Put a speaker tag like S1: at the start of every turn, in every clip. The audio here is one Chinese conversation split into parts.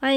S1: 欢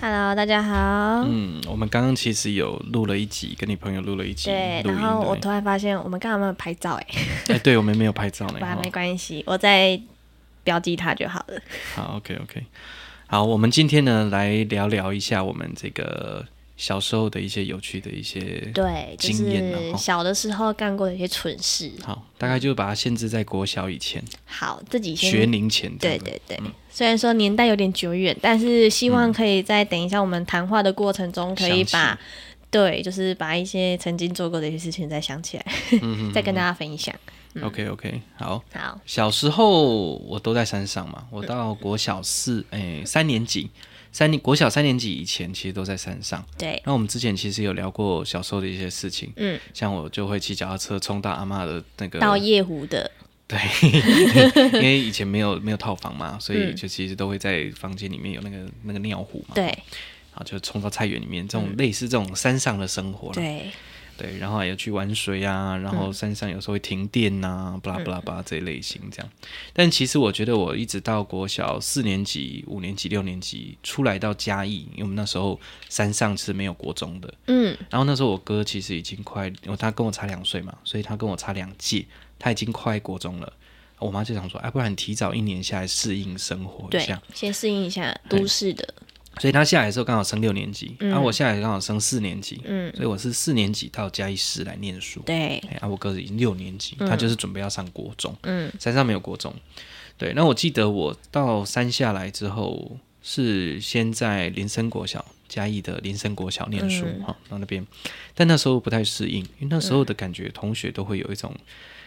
S1: Hello，大家好。
S2: 嗯，我们刚刚其实有录了一集，跟你朋友录了一集，
S1: 对，
S2: 录音
S1: 然后我
S2: 对
S1: 突然发现我们刚刚没有拍照哎、
S2: 哎，对我们没有拍照呢
S1: 不，然
S2: 哈
S1: 没关系， 我再标记它就好了。
S2: 好，OK OK，好，我们今天呢来聊聊一下我们这个小时候的一些有趣的一些，
S1: 对，就
S2: 哎经验啊
S1: 是
S2: 哦
S1: 小的时候干过的一些蠢事。
S2: 好，大概就把它限制在国小以前，
S1: 好，自己先
S2: 学龄前这
S1: 对
S2: 样子，
S1: 对对，虽然说年代有点久远，但是希望可以在等一下我们谈话的过程中，可以
S2: 想起
S1: 把对，就是把一些曾经做过的一些事情再想起来，
S2: 嗯
S1: 再跟大家分享。
S2: ，OK OK，好。
S1: 好，
S2: 小时候我都在山上嘛，我到国小四哎、三年级，三年国小三年级以前其实都在山上。
S1: 对，
S2: 那我们之前其实有聊过小时候的一些事情，
S1: 嗯，
S2: 像我就会骑脚踏车冲到阿妈的那个，
S1: 到夜壶的，
S2: 对， 因为以前没有没有套房
S1: 嗯
S2: 嘛，所以就其实都会在房间里面有那个那个尿壶嘛，，
S1: 对嗯
S2: 然后就冲到菜园里面，这种类似这种山上的生活啦，
S1: 对嗯
S2: 对，然后还有去玩水啊，然后山上有时候会停电呐、巴拉巴拉巴拉这一类型这样。但其实我觉得我一直到国小四年级、五年级、六年级出来到嘉义，因为我们那时候山上是没有国中的，
S1: 嗯，
S2: 然后那时候我哥其实已经快，哦他跟我差两岁嘛，所以他跟我差两届，他已经快国中了。我妈就想说，哎、不然你提早一年下来适应生活一
S1: 对
S2: 下。，
S1: 先适应一下都市的，
S2: 所以他下来的时候刚好升六年级，然后、我下来刚好升四年级，
S1: 嗯，
S2: 所以我是四年级到嘉义市来念书。
S1: 对，
S2: 哎、啊，我哥已经六年级，他就是准备要上国中，
S1: 嗯，
S2: 山上没有国中。对，那我记得我到山下来之后，是先在林森国小，嘉义的林森国小念书
S1: 嗯
S2: 哈、然后那边，但那时候不太适应，因为那时候的感觉，同学都会有一种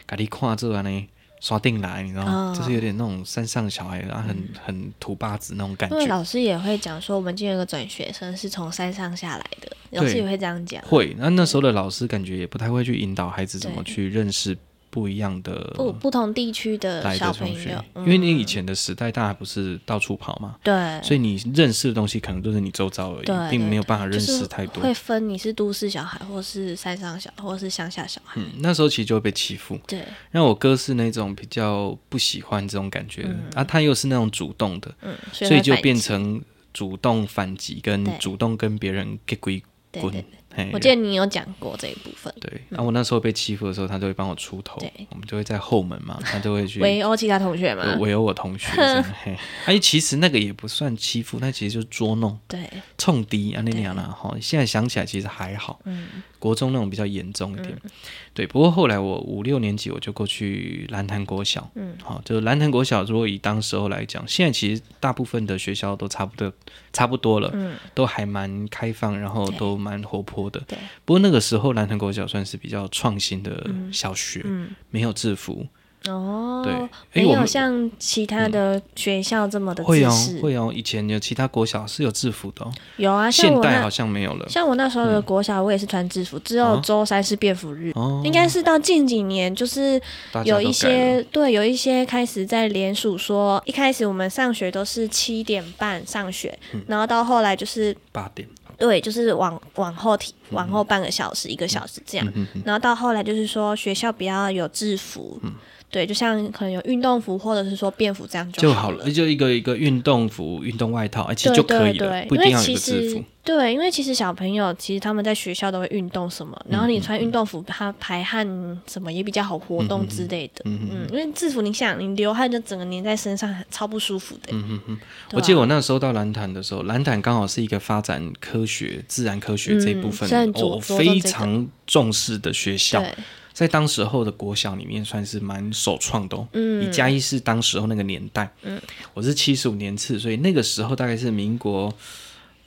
S2: 咖喱跨这啊呢。刷定来，你知道吗？
S1: 哦
S2: 就是有点那种山上小孩，然后很很土八子那种感
S1: 嗯因为
S2: 觉。
S1: 老师也会讲说，我们今天有个转学生是从山上下来的，
S2: 对
S1: 老师也会这样讲，
S2: 会，那那时候的老师感觉也不太会去引导孩子怎么
S1: 对
S2: 去认识不一样的
S1: 不不同地区的
S2: 来
S1: 小
S2: 的
S1: 朋
S2: 同学
S1: 友，，嗯
S2: 因为你以前的时代，大家不是到处跑嘛，
S1: 对，
S2: 所以你认识的东西可能都是你周遭而
S1: 对
S2: 已，并没有办法认
S1: 就
S2: 识
S1: 是
S2: 太多。
S1: 会分你是都市小孩，或是山上小，或是乡下小孩。
S2: 嗯，那时候其实就会被欺负。
S1: 对，
S2: 那我哥是那种比较不喜欢这种感觉的，啊，他又是那种主动的，
S1: 嗯，所
S2: 所以就
S1: 会反
S2: 变
S1: 击
S2: 成主动反击，
S1: 对
S2: 跟主动跟别人给鬼
S1: 对
S2: 滚
S1: 对。
S2: 嘿
S1: 我记得你有讲过这一部分，
S2: 对，然后我那时候被欺负的时候，他就会帮我出头
S1: 对，
S2: 我们就会在后 门嘛，他就会去
S1: 围殴哦其他同学嘛。
S2: 围殴我同学这样。嘿， 哎，其实那个也不算欺负，那其实就是捉弄。
S1: 对，
S2: 冲敌啊那样啦，哈，现在想起来其实还好，嗯，国中那种比较严重一点，
S1: 嗯
S2: 对。不过后来我五六年级我就过去蓝潭国小，嗯，好，就是蓝潭国小，如果以当时候来讲，现在其实大部分的学校都差不多，差不多了，嗯，都还蛮开放，然后都蛮活泼的，
S1: 对。
S2: 不过那个时候蓝潭国小算是比较创新的小学，没有制服，
S1: 嗯
S2: 对
S1: 哦，
S2: 诶
S1: 没
S2: 我
S1: 有
S2: 们嗯
S1: 像其他的学校这么的
S2: 会
S1: 自
S2: 哦
S1: 私。
S2: 会哦，以前有其他国小是有制服的、哦，
S1: 有啊，像
S2: 现
S1: 我
S2: 代
S1: 那
S2: 好像没有了，
S1: 像我那时候的国小，我也是穿制服，只有
S2: 哦
S1: 周三是便服日。
S2: 嗯哦，
S1: 应该是到近几年，就是
S2: 大家
S1: 有
S2: 都
S1: 一
S2: 改了
S1: 些对，有一些开始在联署说，一开始我们上学都是七点半上学，
S2: 嗯
S1: 然后到后来就是
S2: 八点，
S1: 对，就是往往后提，往后半个小时、一个小时这样。
S2: 嗯
S1: 然后到后来就是说学校不要有制服，对，就像可能有运动服或者是说便服这样
S2: 就
S1: 好
S2: 好
S1: 了。
S2: 了，就一个一个运动服、运动外套，哎、其
S1: 对
S2: 实就可
S1: 对
S2: 以了，
S1: 对，
S2: 不
S1: 因
S2: 一定
S1: 为
S2: 要有
S1: 其
S2: 一个制
S1: 实
S2: 服。
S1: 对，啊因为其实小朋友其实他们在学校都会运动什么，然后你
S2: 嗯
S1: 穿运动服，他排汗什么也比较好活动之类的。嗯因为制服你想，你流汗就整个粘在身上，超不舒服的。嗯嗯嗯，
S2: 我记得我那时候到蓝潭的时候，蓝潭刚好是一个发展科学、自然科学这一部
S1: 嗯，
S2: 分哦
S1: 是很着
S2: 我、
S1: 着重
S2: 非
S1: 这个
S2: 常重视的学校，
S1: 对
S2: 在当时候的国小里面算是蛮首创的、哦。嗯，以嘉义市当时候那个年代，嗯，我是七十五年次，所以那个时候大概是民国。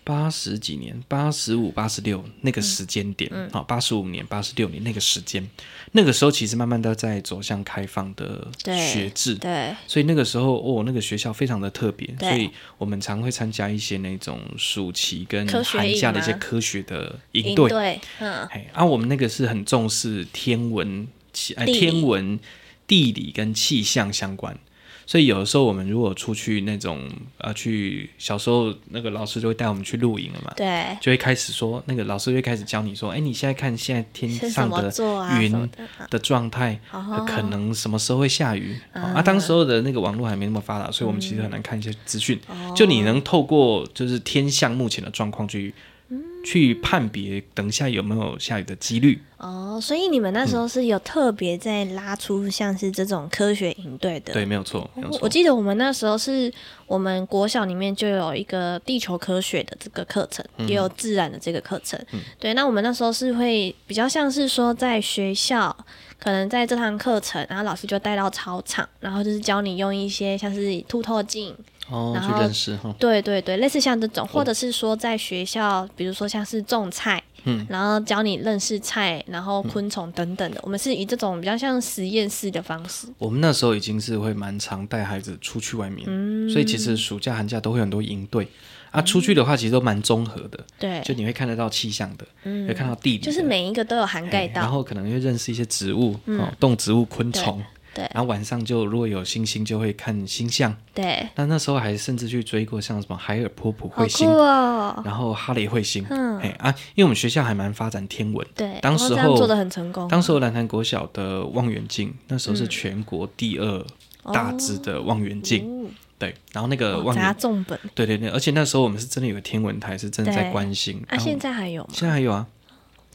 S2: 八十几年、八十五、八十六那个时间点，
S1: 嗯
S2: 好、八十五年、八十六年那个时间，那个时候其实慢慢都在走向开放的
S1: 对
S2: 学制，
S1: 对，
S2: 所以那个时候哦，那个学校非常的特别，
S1: 对
S2: 所以我们常会参加一些那种暑期跟
S1: 科学营
S2: 寒假的一些
S1: 吗
S2: 科学的营
S1: 应
S2: 队。
S1: 对，嗯，
S2: 哎，啊，我们那个是很重视天文气，哎，
S1: 地理
S2: 天文、地理跟气象相关。所以有的时候我们如果出去那种呃，去小时候那个老师就会带我们去露营了嘛，
S1: 对，
S2: 就会开始说那个老师就会开始教你说，哎，你现在看现在天
S1: 是什
S2: 上
S1: 么
S2: 的
S1: 座啊
S2: 云
S1: 什么的啊
S2: 的状态，
S1: 哦
S2: 呃可能什么时候会下雨啊啊？当时候的那个网络还没那么发达，所以我们其
S1: 嗯
S2: 实很难看一些资讯。
S1: 哦
S2: 就你能透过就是天象目前的状况去、
S1: 嗯
S2: 去判别等一下有没有下雨的几率。
S1: 哦，所以你们
S2: 嗯
S1: 那时候是有特别在拉出像是这种科学营队的。
S2: 对，没有错，没有
S1: 哦我
S2: 错
S1: 我。记得我们那时候是我们国小里面就有一个地球科学的这个课程，
S2: 嗯
S1: 也有自然的这个课程。对，那我们那时候是会比较像是说在学校，可能在这堂课程，然后老师就带到操场，然后就是教你用一些像是凸透镜，
S2: 哦，
S1: 然
S2: 去
S1: 后
S2: 认识哈。
S1: 对对对，类似像这种，
S2: 哦
S1: 或者是说在学校，比如说像是种菜，嗯，然后教你认识菜，然后
S2: 嗯
S1: 昆虫等等的。我们是以这种比较像实验室的方式，
S2: 我们那时候已经是会蛮常带孩子出去外面，
S1: 嗯
S2: 所以其实暑假寒假都会有很多营队啊。出去的话，其实都蛮综合的，
S1: 对，嗯
S2: 就你会看得到气象的，会看到地理的，
S1: 就是每一个都有涵盖
S2: 哎然
S1: 到。嗯
S2: 后可能会认识一些植物，哦，动植物、昆虫。
S1: 对
S2: 然后晚上就如果有星星，就会看星象。
S1: 对，
S2: 那那时候还甚至去追过像什么海尔波普
S1: 好
S2: 彗
S1: 酷
S2: 星，
S1: 哦！
S2: 然后哈雷彗星。哎啊，因为我们学校还蛮发展天文。
S1: 对，
S2: 当
S1: 哦
S2: 时
S1: 这样
S2: 候
S1: 做的很成功。
S2: 当时候南坛国小的望远镜，那时候
S1: 嗯
S2: 是全国第二大只的望远镜。
S1: 哦
S2: 对，然后那个
S1: 哦
S2: 望
S1: 砸
S2: 远，
S1: 重本
S2: 对对对，而且那时候我们是真的有个天文台，是真的在
S1: 对
S2: 关心。
S1: 啊，
S2: 然后
S1: 现在还有吗？
S2: 现在还有啊。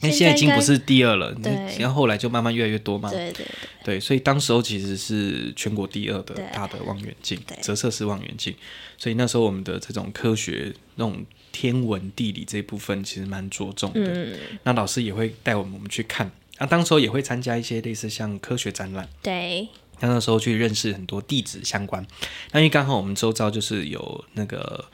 S2: 那
S1: 现
S2: 现在已
S1: 在
S2: 经
S1: 应
S2: 不
S1: 该
S2: 是第二了，那
S1: 对
S2: 然后后来就慢慢越来越多嘛。
S1: 对对对，
S2: 对，所以当时候其实是全国第二的
S1: 对
S2: 大的望远镜
S1: 对，
S2: 折射式望远镜。所以那时候我们的这种科学、那种天文、地理这一部分其实蛮着重的。
S1: 嗯
S2: 那老师也会带我们我们去看，那、当时候也会参加一些类似像科学展览。
S1: 对
S2: 那那时候去认识很多地质相关，那因为刚好我们周遭就是有那个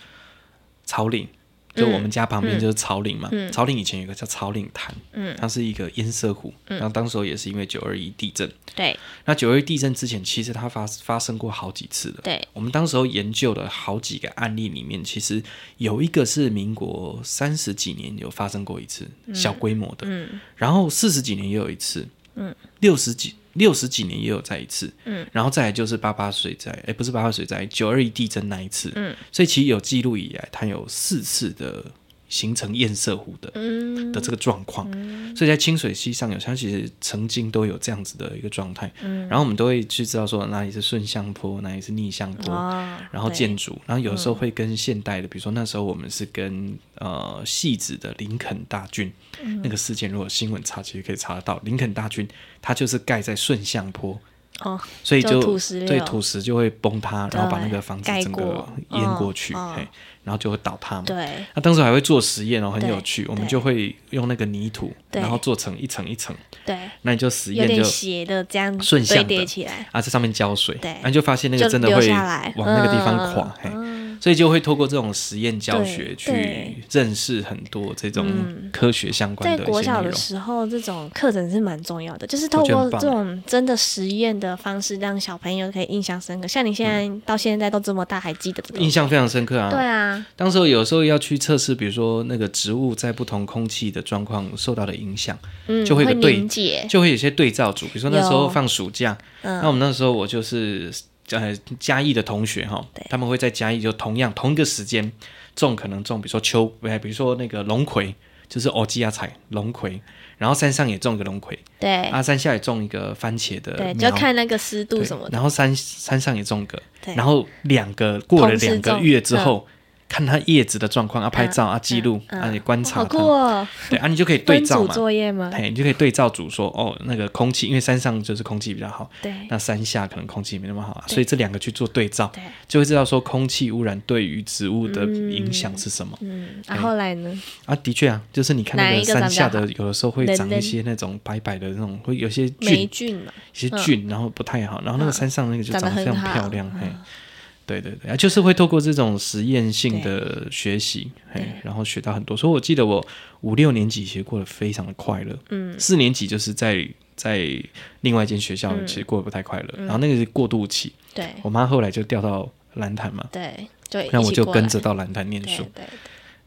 S2: 草岭，就我们
S1: 嗯
S2: 家旁边就是草岭嘛。草岭以前有个叫草岭潭，
S1: 嗯
S2: 它是一个堰塞湖，然后当时候也是因为九二一地震，
S1: 对
S2: 那九二一地震之前，其实它发发生过好几次了。
S1: 对，
S2: 我们当时候研究了好几个案例，里面其实有一个是民国三十几年有发生过一次、小规模的，然后四十几年也有一次，嗯，六十几六十几年也有再一次，嗯，然后再来就是八八水灾，哎，不是八八水灾，九二一地震那一次，嗯，所以其实有记录以来，它有四次的形成堰塞湖的
S1: 嗯，
S2: 的这个状况，所以在清水溪上游，它其实曾经都有这样子的一个状态。然后我们都会去知道说哪里是顺向坡，哪里是逆向坡，
S1: 哦，
S2: 然后
S1: 对
S2: 建筑，然后有时候会跟现代的，比如说那时候我们是跟呃戏子的林肯大郡、那个事件，如果新闻查其实可以查得到，林肯大郡它就是盖在顺向坡，
S1: 哦，
S2: 所以就
S1: 就土石流
S2: 对土石就会崩塌，然后把那个
S1: 对
S2: 房子
S1: 盖
S2: 整个
S1: 过
S2: 淹
S1: 嗯
S2: 过去，
S1: 嗯
S2: 嘿，然后就会倒塌嘛。
S1: 对
S2: 那当时还会做实验哦，很
S1: 对
S2: 有趣。我们
S1: 对
S2: 就会用那个泥土，
S1: 对
S2: 然后做成一层一层，
S1: 对，
S2: 那你就实
S1: 有
S2: 验
S1: 点
S2: 就
S1: 斜的这样
S2: 顺向
S1: 堆
S2: 的
S1: 叠起来，
S2: 啊，在上面浇水，
S1: 对
S2: 那你就发现那个
S1: 就
S2: 真的
S1: 流
S2: 会
S1: 下来
S2: 往那个地方
S1: 嗯
S2: 垮，嘿，所以就会透过这种实验教
S1: 对
S2: 学去
S1: 对
S2: 认识很多这种科学相关
S1: 在
S2: 的一
S1: 国
S2: 些
S1: 小
S2: 内
S1: 的
S2: 容。
S1: 时候，这种课程是蛮重要的，就是透
S2: 觉得
S1: 过
S2: 很棒
S1: 这种真的实验的方式，让小朋友可以印象深刻。像你现在、到现在都这么大，还记得这个？
S2: 嗯印象非常深刻啊！
S1: 对啊，
S2: 当时候有时候要去测试，比如说那个植物在不同空气的状况受到的影响，
S1: 嗯，
S2: 就会
S1: 会
S2: 有个对
S1: 凝结，
S2: 就会有些对照组，比如说那时候
S1: 有嗯
S2: 放暑假，那我们那时候我就是呃嘉义的同学哈，他们会在嘉义就同样同一个时间种，可能种比如说秋，哎，比如说那个龙葵，就是欧基亚菜龙葵，然后山上也种一个龙葵，
S1: 对、
S2: 啊，山下也种一个番茄的
S1: 对，就
S2: 苗，
S1: 看那个湿度
S2: 对
S1: 什么的。
S2: 然后山山上也种一个，
S1: 对
S2: 然后两个过了
S1: 同时
S2: 两个
S1: 种嗯
S2: 月之后。看它叶子的状况啊，拍照啊，记录啊，你观察
S1: 好酷
S2: 它，
S1: 哦！
S2: 对啊，你就可以对
S1: 分
S2: 照
S1: 组
S2: 嘛，
S1: 作业吗？
S2: 嘿，你就可以对照组说，哦，那个空气，因为山上就是空气比较好，
S1: 对
S2: 那山下可能空气没那么好啊，所以这两个去做对照，
S1: 对
S2: 就会知道说空气污染对于植物的影响是什么、
S1: 嗯，
S2: 哎
S1: 啊，后来呢？
S2: 啊。的确啊，就是你看那
S1: 哪
S2: 个
S1: 一个长得
S2: 山下
S1: 比较
S2: 的，有的时候会
S1: 人
S2: 长一
S1: 人
S2: 些那种白白的那种，会有些菌，
S1: 霉菌嘛，
S2: 一些菌，然后不太好，然后那个山上那个就
S1: 嗯长
S2: 长
S1: 得
S2: 得非
S1: 很
S2: 常漂
S1: 好嗯
S2: 亮，嘿。对对对，啊就是会透过这种实验性的学习，哎，然后学到很多。所以我记得我五六年级其实过得非常的快乐，嗯，四年级就是在在另外一间学校，
S1: 嗯
S2: 其实过得不太快乐，然后那个是过渡期，
S1: 对
S2: 我妈后来就调到蓝潭嘛，
S1: 对对，
S2: 那
S1: 一
S2: 我
S1: 起
S2: 就
S1: 过
S2: 跟
S1: 来
S2: 着到蓝潭念
S1: 对
S2: 书
S1: 对。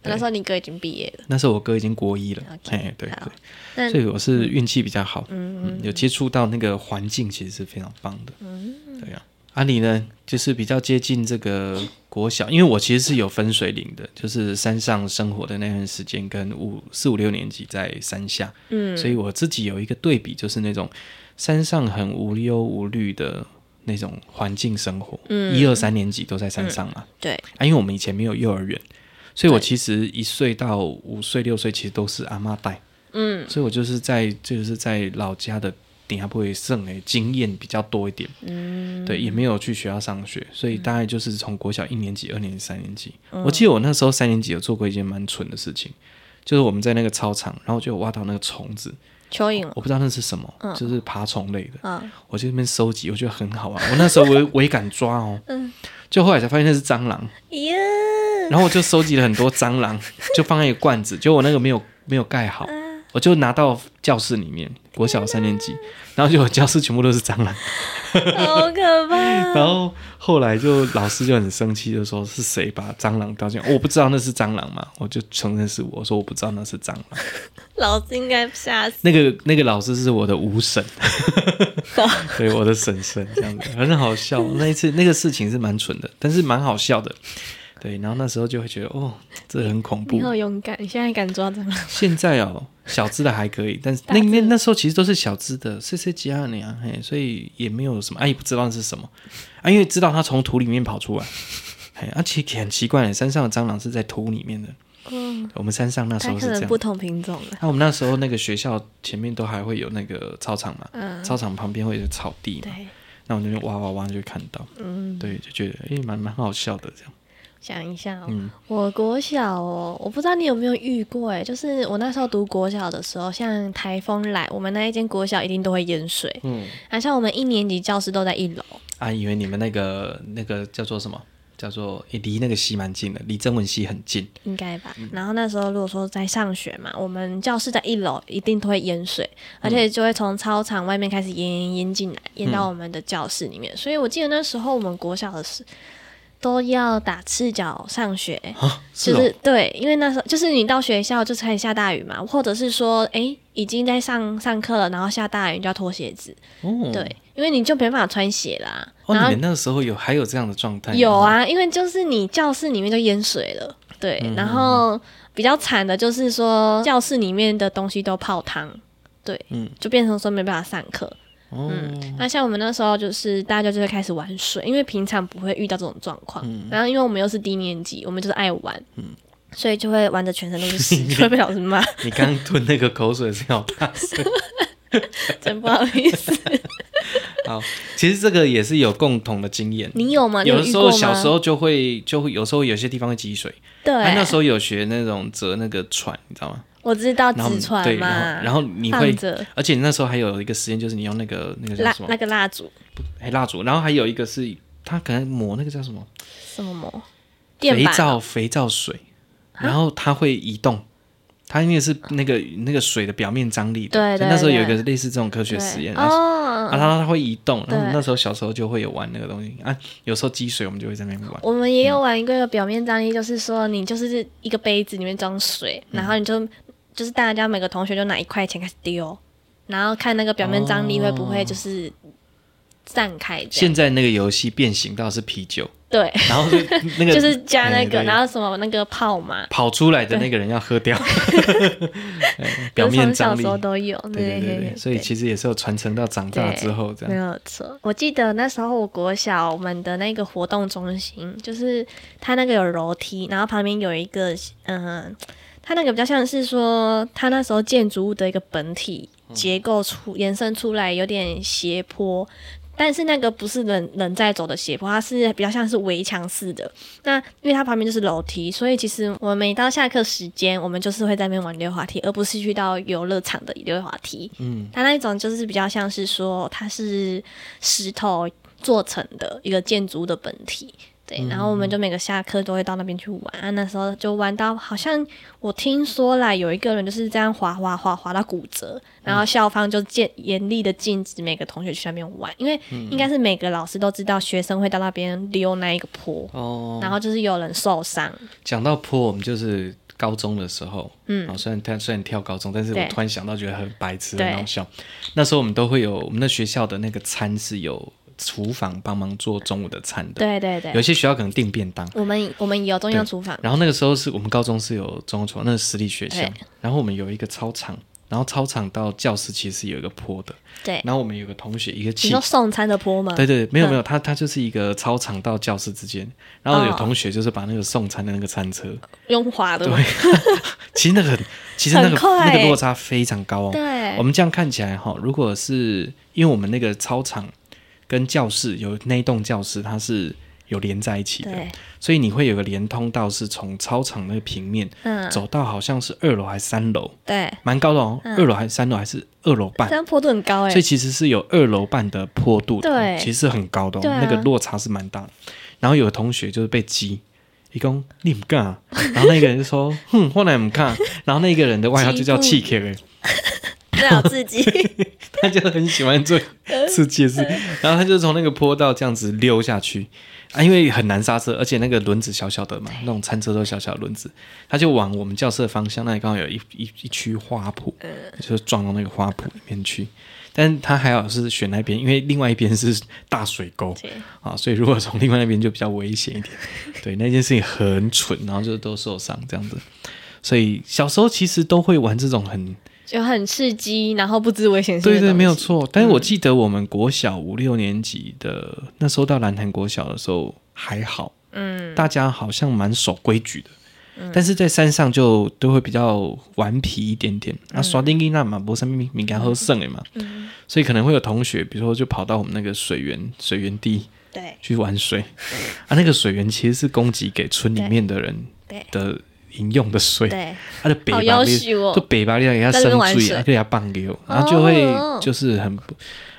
S1: 对，那时候你哥已经毕业了，
S2: 那时候我哥已经国一了，
S1: OK，
S2: 哎，对
S1: 好
S2: 对，
S1: 那
S2: 所以我是运气比较好，嗯，有接触到那个环境，其实是非常棒的，嗯，对呀、啊。啊，你呢，就是比较接近这个国小，因为我其实是有分水岭的，就是山上生活的那段时间跟五四五六年级在山下，
S1: 嗯，
S2: 所以我自己有一个对比，就是那种山上很无忧无虑的那种环境生活，
S1: 嗯
S2: 一二三年级都在山上嘛，
S1: 对，
S2: 啊，因为我们以前没有幼儿园，所以我
S1: 对
S2: 其实一岁到五岁、六岁其实都是阿妈带，
S1: 嗯
S2: 所以我就是在就是在老家的顶下不会剩诶，经验比较多一点，
S1: 嗯，
S2: 对，也没有去学校上学，所以大概就是从国小一年级、二年级、三年级。
S1: 嗯
S2: 我记得我那时候三年级有做过一件蛮蠢的事情，就是我们在那个操场，然后就有挖到那个虫子，
S1: 蚯蚓了
S2: 我不知道那是什么，
S1: 嗯
S2: 就是爬虫类的，
S1: 啊，
S2: 我就在那边收集，我觉得很好玩。我那时候我也我也敢抓哦，
S1: 嗯
S2: 就后来才发现那是蟑螂。
S1: 耶，
S2: 然后我就收集了很多蟑螂，就放在一个罐子，就我那个没有没有盖好，我就拿到教室里面，国小三年级，然后就我教室全部都是蟑螂，
S1: 好可 怕，
S2: 然后后来就老师就很生气，就说是谁把蟑螂丢进来？我不知道那是蟑螂嘛，我就承认是我，我说我不知道那是蟑螂。
S1: 老子应该吓死，
S2: 那个那个老师是我的五婶，对我的婶婶这样子，很好笑。那一次那个事情是蛮蠢的，但是蛮好笑的。对，然后那时候就会觉得哦，这很恐怖
S1: 你。好勇敢，你现在敢抓蟑螂，
S2: 现在哦，小只的还可以，但是
S1: 大
S2: 那
S1: 只
S2: 那那时候其实都是小只的，C C 几二年啊，嘿，所以也没有什么，啊，也不知道是什么，啊，因为知道它从土里面跑出来， 嘿，而、啊、且很奇怪，山上的蟑螂是在土里面的，
S1: 嗯，
S2: 我们山上那时
S1: 它
S2: 候是
S1: 可
S2: 这
S1: 能
S2: 样啊
S1: 不。同品种了，
S2: 那、我们那时候那个学校前面都还会有那个操场嘛，
S1: 嗯
S2: 操场旁边会有草地嘛，
S1: 对，
S2: 那我们那边挖挖挖就看到，
S1: 嗯，
S2: 对，就觉得诶蛮蛮好笑的这样，
S1: 想一下哦，
S2: 嗯
S1: 我国小哦，我不知道你有没有遇过哎，就是我那时候读国小的时候，像台风来，我们那一间国小一定都会淹水，
S2: 嗯，
S1: 啊，像我们一年级教室都在一楼，
S2: 啊，以为你们那个那个叫做什么？叫做诶离那个溪蛮近的，离曾文溪很近。
S1: 应该吧。
S2: 嗯
S1: 然后那时候如果说在上学嘛，我们教室在一楼一定都会淹水，
S2: 嗯
S1: 而且就会从操场外面开始淹淹淹进来，淹到我们的教室里面。所以我记得那时候我们国小的时都要打赤脚上学，
S2: 啊，是
S1: 就
S2: 哦
S1: 是对，因为那时候就是你到学校就是开始下大雨嘛，或者是说诶已经在上上课了，然后下大雨你就要脱鞋子，
S2: 哦，
S1: 对，因为你就没办法穿鞋啦。
S2: 哦，
S1: 然
S2: 你
S1: 后
S2: 们那个时候有还有这样的状态？
S1: 有，啊，因为就是你教室里面就淹水了，对，
S2: 嗯
S1: 然后比较惨的就是说教室里面的东西都泡汤，对，
S2: 嗯
S1: 就变成说没办法上课。
S2: 哦，
S1: 那像我们那时候就是大家就会开始玩水，因为平常不会遇到这种状况，
S2: 嗯
S1: 然后因为我们又是低年级，我们就是爱玩，所以就会玩的全身都是 屎，就会被老师骂，
S2: 你刚刚吞那个口水是好 大声。
S1: 真不好意思。
S2: 好，其实这个也是有共同的经验。
S1: 你有吗？你
S2: 有的
S1: 遇
S2: 时
S1: 过
S2: 候
S1: 吗？
S2: 小时候就会就会有时候有些地方会积水，
S1: 对，
S2: 啊，那时候有学那种折那个船，你知道吗？
S1: 我知道
S2: 然后
S1: 啊纸船
S2: 对，
S1: 嘛，
S2: 然后然后你会
S1: 放，着
S2: 而且那时候还有一个实验就是你用那个那个叫
S1: 蜡
S2: 什么
S1: 那个蜡烛
S2: 哎蜡烛，然后还有一个是它可能抹那个叫什么
S1: 什么膜，电
S2: 肥
S1: 板哦啊
S2: 皂肥皂水，然后它会移动，它因为是那个那个水的表面张力的，
S1: 哦对
S2: 所以
S1: 对
S2: 那时候有一
S1: 对
S2: 个类似这种科学实验，
S1: 对
S2: 然后
S1: 哦。
S2: 啊，它它会移动，然后
S1: 对
S2: 那时候小时候就会有玩那个东西啊，有时候积水我们就会在那边玩，
S1: 我们也
S2: 嗯
S1: 有玩一个表面张力，就是说你就是一个杯子里面装水，然后你
S2: 嗯
S1: 就就是大家每个同学就拿一块钱开始丢，然后看那个表面张力会不会就是散开这样。
S2: 哦现在那个游戏变形到是啤酒，
S1: 对，
S2: 然后就那 个
S1: 就是加那个，
S2: 哎对
S1: 然后什么那个泡嘛，
S2: 跑出来的那个人要 喝掉，哎表
S1: 就是
S2: 面
S1: 从
S2: 张
S1: 小
S2: 力
S1: 时，候都有。
S2: 对对对对，所以其实也是有传承到长大
S1: 对
S2: 之后这
S1: 没
S2: 样，
S1: 有错，嗯我记得那时候我国小我们的那个活动中心，就是它那个有楼梯，然后旁边有一个嗯、呃它那个比较像是说它那时候建筑物的一个本体结构出延伸出来，有点斜坡。但是那个不是人人在走的斜坡，它是比较像是围墙式的。那因为它旁边就是楼梯，所以其实我们每到下课时间，我们就是会在那边玩溜滑梯，而不是去到游乐场的溜滑梯。
S2: 嗯，
S1: 它那一种就是比较像是说它是石头做成的一个建筑的本体，
S2: 嗯
S1: 对，然后我们就每个下课都会到那边去玩、啊，那时候就玩到好像我听说啦，有一个人就是这样滑滑滑滑到骨折，然后校方就禁严厉的禁止每个同学去那边玩，因为
S2: 嗯
S1: 应该是每个老师都知道学生会到那边溜那一个坡，
S2: 哦，
S1: 然后就是有人受伤，
S2: 讲到坡，我们就是高中的时候，嗯，哦、虽然跳虽然跳高中，但是我
S1: 对
S2: 突然想到觉得很白痴，
S1: 对
S2: 很好笑。那时候我们都会有我们那学校的那个餐是有厨房帮忙做中午的餐的，
S1: 对对对
S2: 有，些学校可能订便当。
S1: 我们我们有中央厨房，
S2: 然后那个时候是我们高中是有中厨，那是私立学校
S1: 对。
S2: 然后我们有一个操场，然后操场到教室其实有一个坡的。
S1: 对，
S2: 然后我们有个同学，一个
S1: 你
S2: 气
S1: 说送餐的坡吗？
S2: 对对，对没有
S1: 嗯
S2: 没有，他他就是一个操场到教室之间，然后有
S1: 哦
S2: 同学就是把那个送餐的那个餐车，
S1: 用滑的吗，
S2: 其实那个很，其实那个
S1: 很快
S2: 那个
S1: 欸
S2: 落差非常高哦。
S1: 对
S2: 我们这样看起来哈、如果是因为我们那个操场跟教室有那一栋教室，它是有连在一起的，
S1: 对，
S2: 所以你会有个连通道，是从操场那个平面、
S1: 嗯，
S2: 走到好像是二楼还是三楼，
S1: 对，
S2: 蛮高的哦，
S1: 嗯
S2: 二楼还是三楼还是二楼半
S1: 这。样坡度很高哎、
S2: 啊 所以其实是有二楼半的坡度的，
S1: 对
S2: 其实是很高的、哦，
S1: 对啊
S2: 那个落差是蛮大的。然后有同学就是被激，一共你唔干、啊，然后那个人就说，哼，我来唔干，啊然后那个人的外号就叫气欸 K 人，
S1: 最好自己
S2: 他就很喜欢做刺激的事，然后他就从那个坡道这样子溜下去。啊，因为很难刹车，而且那个轮子小小的嘛，那种餐车都小小的轮子，他就往我们教室的方向，那里刚好有一一一区花圃，就撞到那个花圃里面去。但他还好是选那边，因为另外一边是大水沟
S1: 对
S2: 啊，所以如果从另外那边就比较危险一点。对，那件事情很蠢，然后就都受伤这样子。所以小时候其实都会玩这种很
S1: 就很刺激，然后不知危险性的嗯
S2: 对
S1: 东
S2: 对，
S1: 西
S2: 没有错。但是我记得我们国小五六年级的、那时候到蓝潭国小的时候还好，
S1: 嗯，
S2: 大家好像蛮守规矩的。但是在山上就都会比较顽皮一点点，
S1: 嗯
S2: 啊，耍丁丁那嘛，不是敏敏感喝剩的嘛，所以可能会有同学，比如说就跑到我们那个水源水源地
S1: 对
S2: 去玩水，啊，那个水源其实是供给给村里面的人
S1: 对
S2: 的饮用的水，
S1: 对，
S2: 他啊的北
S1: 好
S2: 巴
S1: 要
S2: 力
S1: 求哦
S2: 就北巴力给他
S1: 在
S2: 生
S1: 那边玩
S2: 醉
S1: 水
S2: 啊，给他棒流，然后就
S1: 哦
S2: 会就是很不，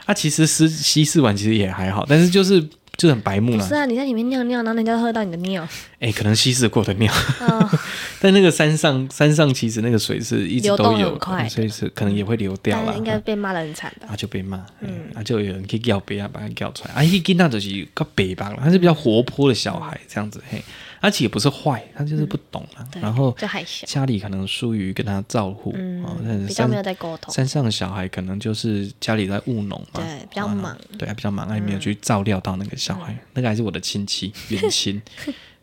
S2: 啊，其实是西式碗其实也还好，但是就是就是很白目
S1: 不
S2: 啦
S1: 是，啊，你在里面尿尿，然后人家喝到你的尿，
S2: 哎、可能稀释过的尿，
S1: 嗯，
S2: 但那个山上山上其实那个水是一直
S1: 流
S2: 都
S1: 动
S2: 有
S1: 很快
S2: 的，所以是可能也会流掉
S1: 大
S2: 啦
S1: 家。应该被骂的很惨吧？
S2: 啊就被骂，嗯，啊就有人去叫别啊，把他叫出来，啊，一跟那就是个北吧，他是比较活泼的小孩这样子，嘿，而且也不是坏，他就是不懂啊，
S1: 嗯对
S2: 然后
S1: 就害羞，
S2: 家里可能疏于跟他照顾，哦，但是
S1: 嗯比较
S2: 山
S1: 没有在沟通，
S2: 山上的小孩可能就是家里在务农嘛，
S1: 对比较
S2: 啊
S1: 忙，嗯
S2: 对啊，比较忙，还没有去照料到那个小孩，那个还是我的 亲戚远亲，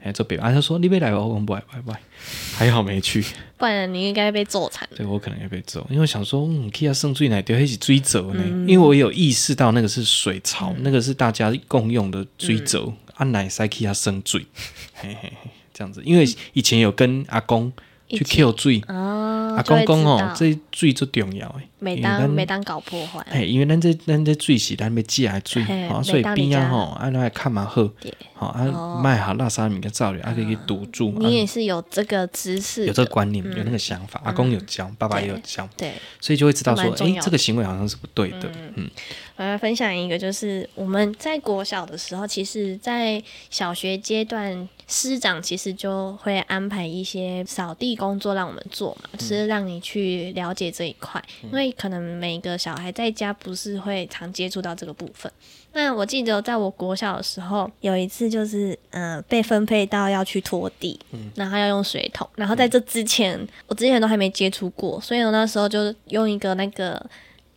S2: 哎，做北吧，他说你别来哦，我不来，不来，不来，还好没去，
S1: 不然你应该被揍惨。
S2: 对我可能也被揍，因为我想说，嗯，Kia 剩最奶丢一起追走呢，
S1: 嗯
S2: 因为我有意识到那个是水槽，那个是大家共用的追走，
S1: 嗯
S2: 啊奶塞 Kia 剩最， 嘿嘿嘿，这样子，因为以前有跟阿公
S1: 一
S2: 去
S1: 起
S2: Q 追。
S1: 哦，
S2: 啊阿
S1: 就
S2: 公
S1: 会
S2: 公
S1: 知
S2: 哦
S1: 道，。
S2: 这哎水最重要诶。
S1: 每
S2: 因为
S1: 当
S2: 咱
S1: 每当搞破坏，
S2: 嘿，因为咱这咱这水是咱要食的水，
S1: 嘿
S2: 吼、所以
S1: 袂当
S2: 边啊
S1: 你哦
S2: 吼，啊咱会看嘛好，吼啊卖下垃圾物件走咧，啊可以去堵住嘛。
S1: 嗯你
S2: 啊
S1: 也是有这个知识
S2: 有
S1: 的，
S2: 这个观念，有那个想法，阿公有教，爸爸也有教，
S1: 对。
S2: 所以就会知道说
S1: 蛮，重
S2: 哎、
S1: 要
S2: 这个行为好像是不对的。嗯，
S1: 我要分享一个，就是我们在国小的时候，其实，在小学阶段，师长其实就会安排一些扫地工作让我们做嘛，就是让你去了解这一块，因为可能每个小孩在家不是会常接触到这个部分。那我记得在我国小的时候，有一次就是嗯、呃被分配到要去拖地，然后要用水桶，然后在这之前、我之前都还没接触过，所以我那时候就用一个那个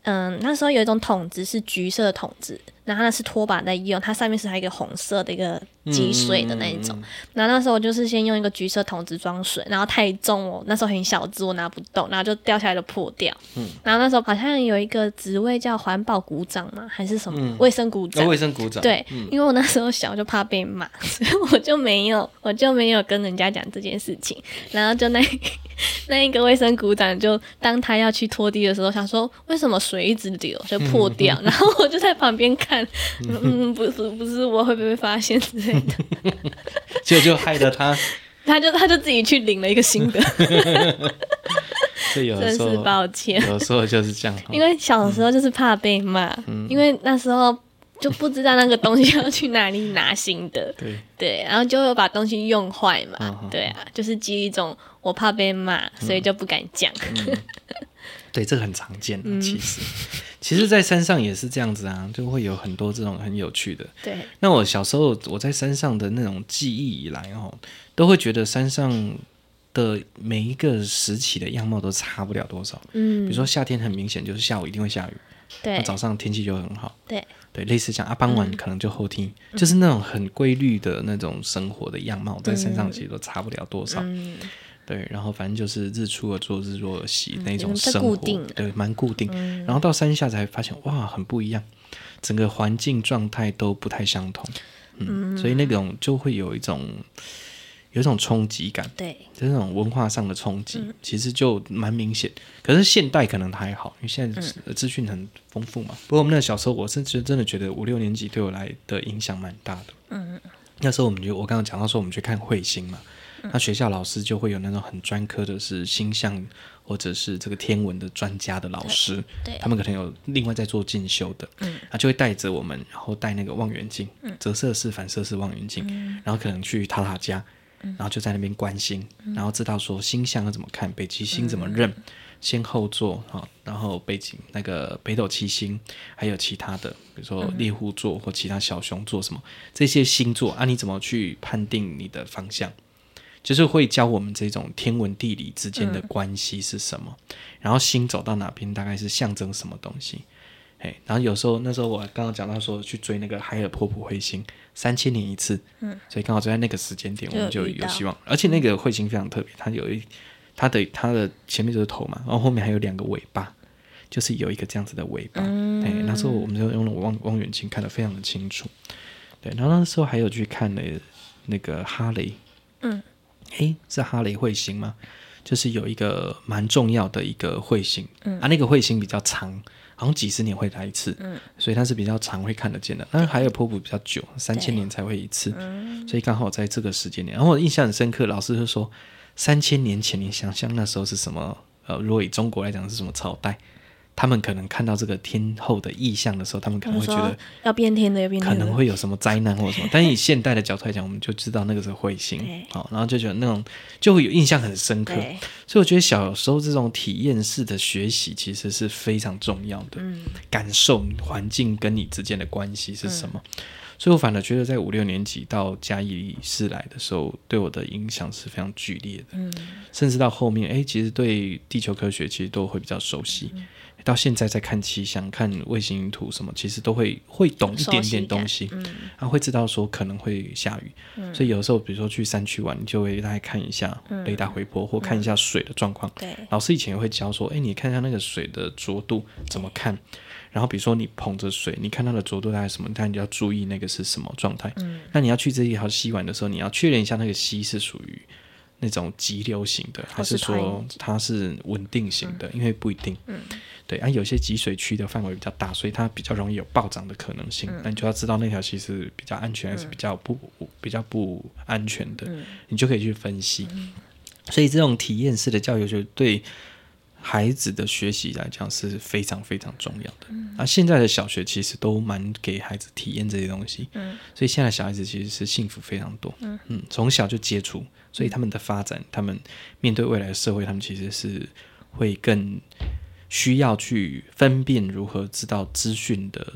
S1: 嗯，那时候有一种桶子是橘色的桶子，然后那是拖把在用，它上面是还有一个红色的一个积水的那一种。
S2: 嗯
S1: 然后那时候我就是先用一个橘色桶子装水，然后太重哦，那时候很小只，我拿不动，然后就掉下来就破掉。嗯，然后那时候好像有一个职位叫环保股长嘛，还是什么、卫生股长
S2: 嗯那。卫生嗯股长，
S1: 对，因为我那时候小就怕被骂，所以我就没有，我就没有跟人家讲这件事情。然后就那 那一个卫生股长，就当他要去拖地的时候，想说为什么水一直流就破
S2: 嗯
S1: 掉，然后我就在旁边看，嗯，不是不是我会不会发现之类的，
S2: 结果就害得 他，
S1: 他就他就自己去领了一个新 的，
S2: 所以有的
S1: 真
S2: 时候
S1: 是，抱歉。
S2: 有的时候就是这样。，
S1: 因为小时候就是怕被骂，因为那时候就不知道那个东西要去哪里拿新的
S2: 对，
S1: 对，然后就会把东西用坏嘛，
S2: 嗯嗯
S1: 对啊，就是基于一种我怕被骂，所以就不敢讲，
S2: 嗯对，这个很常见
S1: 嗯
S2: 啊。其实，其实，在山上也是这样子啊，就会有很多这种很有趣的。
S1: 对，
S2: 那我小时候我在山上的那种记忆以来哦，都会觉得山上的每一个时期的样貌都差不了多少。比
S1: 嗯
S2: 如，说夏天很明显就是下午一定会下雨，那
S1: 对，
S2: 早上天气就很好。
S1: 对，
S2: 对，类似像啊，傍
S1: 嗯
S2: 晚可能就后天，就是那种很规律的那种生活的样貌，在山上其实都差不了多少。
S1: 嗯，
S2: 对，然后反正就是日出而作，日落而息那
S1: 嗯
S2: 种
S1: 这
S2: 生
S1: 固
S2: 活，
S1: 定的嗯
S2: 对，蛮固定。然后到山下才发现，哇，很不一样，整个环境状态都不太相同。嗯，所以那种就会有一种有一种冲击感，
S1: 对，
S2: 就是那种文化上的冲击，其实就蛮明显。可是现代可能还好，因为现在资资讯很丰富嘛。不过我们那小时候，我是真真的觉得五六年级对我来的影响蛮大的。嗯，嗯那时候我们就我刚刚讲到说我们去看彗星嘛，那学校老师就会有那种很专科的是星象或者是这个天文的专家的老师，
S1: 对
S2: 他们可能有另外在做进修的，嗯，他就会带着我们，然后带那个望远镜，折射式、反射式望远镜，然后可能去塔塔家，然后就在那边观星，然后知道说星象要怎么看，北极星怎么认，先后座哈、然后北极那个北斗七星，还有其他的，比如说猎户座或其他小熊座什么这些星座啊，你怎么去判定你的方向？就是会教我们这种天文地理之间的
S1: 嗯
S2: 关系是什么，然后星走到哪边大概是象征什么东西。哎，然后有时候那时候我刚刚讲到说去追那个海尔波普彗星，三千年一次，嗯，所以刚好就在那个时间点，
S1: 就
S2: 我
S1: 有
S2: 们就
S1: 遇
S2: 有
S1: 到嗯
S2: 希望。而且那个彗星非常特别，它有一它的它的前面就是头嘛，然后后面还有两个尾巴，就是有一个这样子的尾巴。
S1: 嗯
S2: 哎，那时候我们就用了望望远镜看得非常的清楚。对，然后那时候还有去看了那个哈雷，
S1: 嗯
S2: 诶，是哈雷彗星吗？就是有一个蛮重要的一个彗星，
S1: 嗯
S2: 啊，那个彗星比较长，好像几十年会来一次，所以它是比较常会看得见的。但是海尔波普比较久，三千年才会一次，
S1: 嗯
S2: 所以刚好在这个时间点。然后我印象很深刻，老师就说，三千年前你想象那时候是什么？呃，如果以中国来讲是什么朝代？他们可能看到这个天后的意象的时候，他们可
S1: 他
S2: 能
S1: 们
S2: 会觉得
S1: 说要变天的，要变
S2: 可
S1: 天
S2: 能
S1: 的，
S2: 会有什么灾难或者什么，但以现代的角度来讲，我们就知道那个是彗星
S1: 对，
S2: 好、然后就觉得那种就会有印象很深刻。
S1: 对，
S2: 所以我觉得小时候这种体验式的学习其实是非常重要的，感受环境跟你之间的关系是什么。所以我反而觉得在五六年级到嘉义市来的时候，对我的影响是非常剧烈的。
S1: 嗯
S2: 甚至到后面，哎，其实对地球科学其实都会比较熟悉。到现在在看气象、看卫星云图什么，其实都会会懂一点点东西，然后、会知道说可能会下雨，所以有时候比如说去山区玩，你就会大概看一下雷达回波、或看一下水的状况。
S1: 对，
S2: 老师以前也会教说，哎，你看一下那个水的浊度怎么看，然后比如说你捧着水，你看它的浊度大概什么，但你就要注意那个是什么状态。那你要去这一条溪玩的时候，你要确认一下那个溪是属于那种急流型的，还
S1: 或是
S2: 说它是稳定型的，因为不一定。嗯，对，啊，有些集水区的范围比较大，所以它比较容易有暴涨的可能性。那你就要知道那条溪是比较安全还是比较不、比较不安全的，你就可以去分析。所以这种体验式的教育，就对孩子的学习来讲是非常非常重要的。那、现在的小学其实都蛮给孩子体验这些东西，嗯，所以现在的小孩子其实是幸福非常多，嗯从小就接触，所以他们的发展，他们面对未来的社会，他们其实是会更需要去分辨如何知道资讯的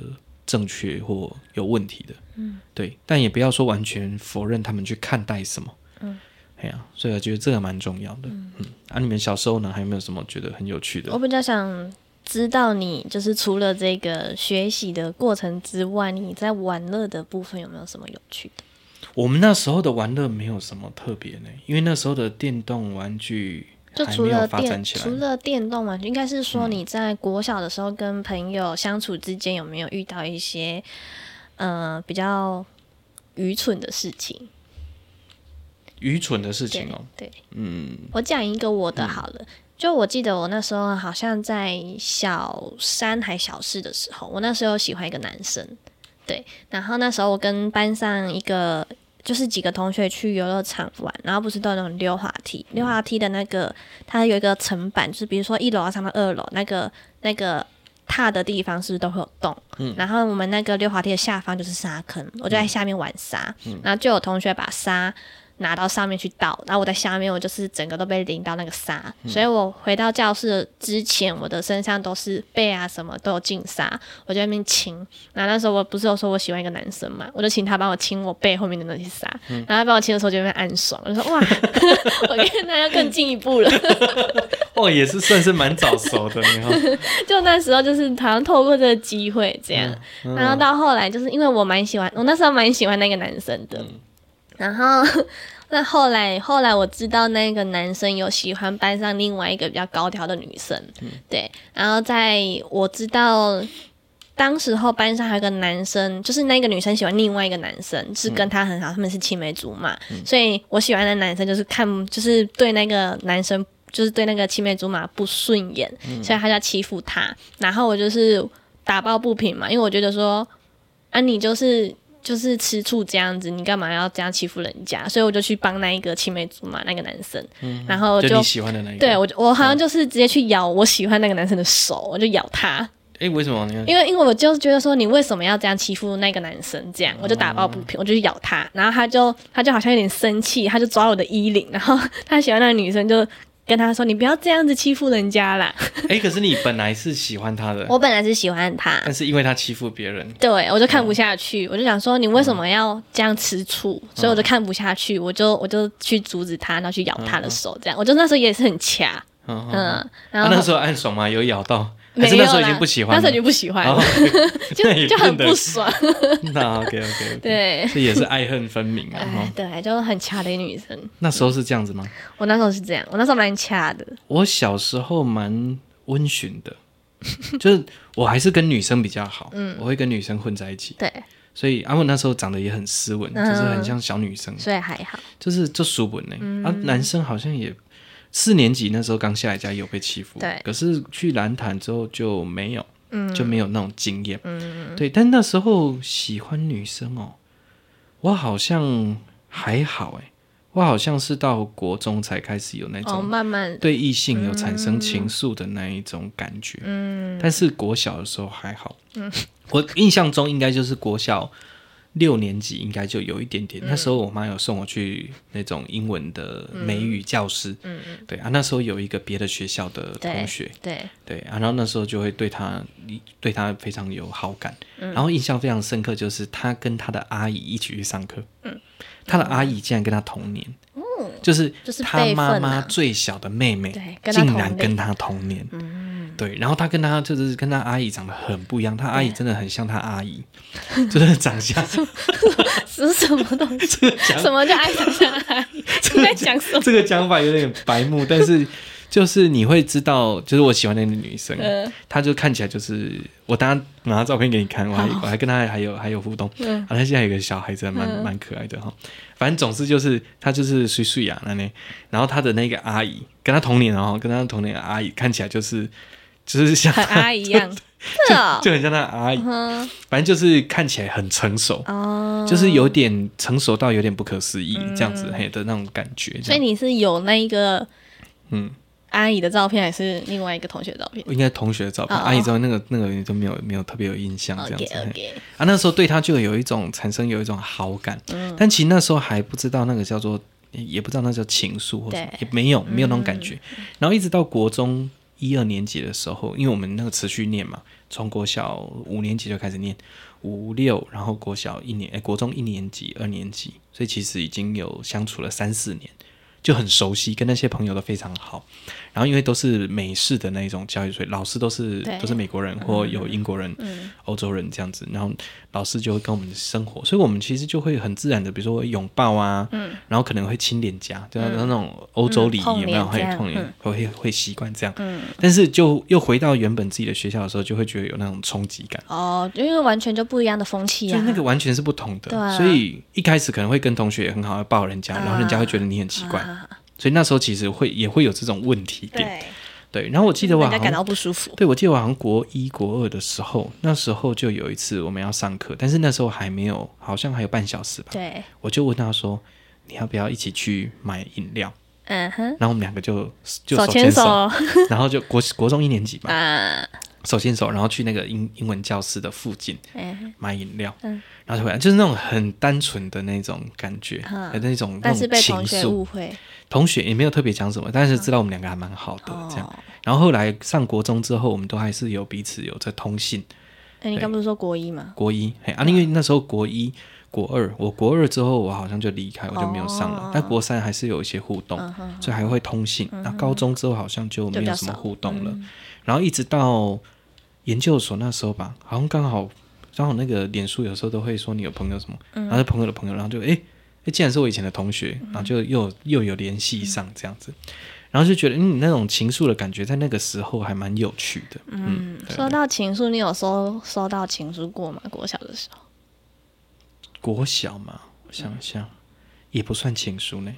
S2: 正确或有问题的，嗯，对，但也不要说完全否认他们去看待什么，嗯，哎呀、所以我觉得这个蛮重要的，嗯啊，你们小时候呢，还有没有什么觉得很有趣的
S1: 我？比较想知道你就是除了这个学习的过程之外，你在玩乐的部分有没有什么有趣的？
S2: 我们那时候的玩乐没有什么特别呢，因为那时候的电动玩具
S1: 就
S2: 还
S1: 除
S2: 没有
S1: 了
S2: 发展
S1: 电
S2: 起
S1: 除
S2: 来。嗯
S1: 了电动玩具，应该是说你在国小的时候跟朋友相处之间有没有遇到一些呃比较愚蠢的事情？
S2: 愚蠢的事
S1: 对
S2: 情哦，
S1: 对，
S2: 嗯，
S1: 我讲一个我的好了。就我记得我那时候好像在小三还小四的时候，我那时候喜欢一个男生，对，然后那时候我跟班上一个就是几个同学去游乐场玩，然后不是都有那种溜滑梯，溜啊滑梯的那个它有一个层板，就是比如说一楼要上到二楼那个那个。踏的地方是不是都会有洞？嗯，然后我们那个溜滑梯的下方就是沙坑，我就在下面玩沙，然后就有同学把沙拿到上面去倒，然后我在下面，我就是整个都被淋到那个沙，所以我回到教室之前，我的身上都是背啊什么都有进沙，我就在那边亲。然后那时候我不是有说我喜欢一个男生嘛，我就请他帮我亲我背后面的那些沙，然后他帮我亲的时候就在那边暗爽，我就说哇， 我跟他要更进一步了。
S2: 哦，也是算是蛮早熟的，你 哦看，
S1: 就那时候就是好像透过这个机会这样，然后到后来就是因为我蛮喜欢，我那时候蛮喜欢那个男生的，然后 那后来后来我知道那个男生有喜欢班上另外一个比较高挑的女生，对，然后在我知道。当时候班上还有一个男生，就是那个女生喜欢另外一个男生，是
S2: 嗯
S1: 跟他很好，他们是青梅竹马，所以我喜欢的男生就是看，就是对那个男生，就是对那个青梅竹马不顺眼，
S2: 嗯
S1: 所以他就要欺负他，然后我就是打抱不平嘛，因为我觉得说，啊你就是就是吃醋这样子，你干嘛要这样欺负人家？所以我就去帮那一个青梅竹马那个男生，然后
S2: 嗯就你喜欢的嗯那一个。
S1: 哦对我就我好像就是直接去咬我喜欢那个男生的手，我就咬他。
S2: 哎，为什么你看？
S1: 因为因为我就是觉得说你为什么要这样欺负那个男生？这样我就打抱不平，我就去咬他，然后他就他就好像有点生气，他就抓我的衣领，然后他喜欢那个女生就跟他说：“你不要这样子欺负人家啦
S2: 哎，可是你本来是喜欢他！”的，
S1: 我本来是喜欢他，
S2: 但是因为他欺负别人，
S1: 对我就看不下去，我就想说你为什么要这样吃
S2: 嗯
S1: 醋？所以我就看不下去，我就我就去阻止他，然后去咬他的手，这样我就那时候也是很掐，
S2: 嗯，嗯
S1: 嗯，然
S2: 啊
S1: 后
S2: 那时候暗爽吗？有咬到？还
S1: 没
S2: 是
S1: 有
S2: 那
S1: 啦，
S2: 时候已经不喜欢
S1: 那
S2: 了？哦
S1: 时候已经不喜欢了，
S2: 那也
S1: 就就很
S2: 变得
S1: 不 爽，
S2: 那 OK OK，
S1: 对。
S2: 这也是爱恨分明啊。
S1: 哎
S2: 哈，
S1: 对，就很掐的一个女生。
S2: 那时候是这样子吗？
S1: 我那时候是这样，我那时候蛮掐的。
S2: 我小时候蛮温驯的， 就是我还是跟女生比较好，
S1: 嗯
S2: 我会跟女生混在一起，
S1: 对，
S2: 所以啊阿文、我那时候长得也很斯文，
S1: 嗯
S2: 就是很像小女生，
S1: 所以还好。
S2: 就是就熟本呢、
S1: 嗯
S2: 啊，男生好像也四年级那时候刚下来家有被欺负，
S1: 对
S2: 可是去蓝潭之后就没有，
S1: 嗯
S2: 就没有那种经验，对。但那时候喜欢女生哦，我好像还好哎、我好像是到国中才开始有那
S1: 哦，
S2: 种
S1: 慢慢，
S2: 对异性有产生情愫的那一种感觉，
S1: 嗯，
S2: 但是国小的时候还好，我印象中应该就是国小六年级应该就有一点点。那时候我妈有送我去那种英文的美语教室，嗯，对啊，那时候有一个别的学校的同学，
S1: 对，
S2: 对啊，然后那时候就会对她对她非常有好感，
S1: 嗯
S2: 然后印象非常深刻就是她跟她的阿姨一起去上课，嗯，她的阿姨竟然跟她同年，嗯，就是
S1: 哦就是
S2: 她
S1: 辈分
S2: 妈
S1: 啊
S2: 妈最小的妹妹
S1: 对跟她
S2: 竟
S1: 同
S2: 然
S1: 龄嗯
S2: 跟她同年，对，然后他跟他就是跟他阿姨长得很不一样，他阿姨真的很像他阿姨，就是长相。
S1: 是什么东西？
S2: 这个讲
S1: 什么叫爱上相爱？你 在讲 什么？
S2: 这个讲法有点白目，但是就是你会知道，就是我喜欢的那个女生，
S1: 嗯
S2: 她就看起来就是我当然拿照片给你看，我还我还跟她还有还有互动，
S1: 嗯
S2: 啊，她现在有个小孩子啊还蛮蛮可爱的哈。反正总之就是她就是水水呀那呢，然后她的那个阿姨跟她同年哦，跟她同年的阿姨看起来就是 就是像
S1: 很
S2: 她
S1: 阿姨一样，是哦，
S2: 就很像她的阿姨。
S1: 嗯
S2: 反正就是看起来很成熟，
S1: 哦，
S2: 就是有点成熟到有点不可思议这
S1: 嗯
S2: 样子嘿的那种感觉。这
S1: 所以
S2: 样
S1: 你是有那一个
S2: 嗯，
S1: 阿姨的照片，还是另外一个同学的照片
S2: 应该同学的照片，
S1: 哦
S2: 阿姨之后那个那个都没有没有特别有印象这样
S1: ？OK
S2: 子。嘿
S1: OK，
S2: 啊，那时候对他就有一种产生有一种好感，
S1: 嗯
S2: 但其实那时候还不知道那个叫做，也不知道那叫情愫或什么，
S1: 对嗯
S2: 也没有没有那种感觉。然后一直到国中一二年级的时候，因为我们那个持续念嘛，从国小五年级就开始念五六，然后国小一年，哎、国中一年级、二年级，所以其实已经有相处了三四年。就很熟悉，跟那些朋友都非常好，然后因为都是美式的那一种教育，所以老师都是
S1: 对
S2: 都是美国人或有英国人、
S1: 嗯
S2: 欧洲人这样子，然后老师就会跟我们生活，所以我们其实就会很自然的，比如说拥抱啊，然后可能会亲脸颊，就那种欧洲礼仪
S1: 嗯
S2: 有没有？
S1: 碰
S2: 还
S1: 脸
S2: 有碰
S1: 这样
S2: 脸，会会习惯这样。但是就又回到原本自己的学校的时候，就会觉得有那种冲击感。
S1: 哦，因为完全就不一样的风气
S2: 所以
S1: 啊
S2: 那，个完全是不同的，
S1: 对啊
S2: 所以一开始可能会跟同学也很好，要抱人家，然后人家会觉得你很奇怪，所以那时候其实会也会有这种问题点。
S1: 啊对，
S2: 对，然后我记得我
S1: 让
S2: 好
S1: 人家
S2: 像
S1: 感到不舒服。
S2: 对，我记得我好像国一、国二的时候，那时候就有一次我们要上课，但是那时候还没有，好像还有半小时吧。
S1: 对，
S2: 我就问他说：“你要不要一起去买饮料
S1: 嗯哼，
S2: 然后我们两个就就
S1: 手
S2: 牵
S1: 牵
S2: 手，
S1: 手
S2: 然后就国国中一年级嘛，
S1: 啊，
S2: 手牵手，然后去那个英英文教室的附近
S1: 哎，
S2: 买饮料，
S1: 嗯
S2: 然后就回来，就是那种很单纯的那种感觉，
S1: 嗯
S2: 那种那
S1: 但是
S2: 种
S1: 被
S2: 情
S1: 同学
S2: 愫。
S1: 误会，
S2: 同学也没有特别讲什么，但是知道我们两个还蛮好的这样。
S1: 哦，
S2: 然后后来上国中之后，我们都还是有彼此有在通信。
S1: 哎，你刚不是说国一吗？
S2: 国一，嘿，啊，因为那时候国一、国二，我国二之后我好像就离开，我就没有上了。
S1: 哦
S2: 但国三还是有一些互动，所以还会通信。那高中之后好像嗯就没有什么互动了。然后一直到研究所那时候吧，好像刚好刚好那个脸书有时候都会说你有朋友什么，然后是朋友的朋友，然后就哎。诶诶既然是我以前的同学，然后就又又有联系上这样子，然后就觉得嗯，那种情愫的感觉，在那个时候还蛮有趣的。嗯，对
S1: 说到情书，你有收收到情书过吗？国小的时候，
S2: 国小嘛，我想想，也不算情书呢，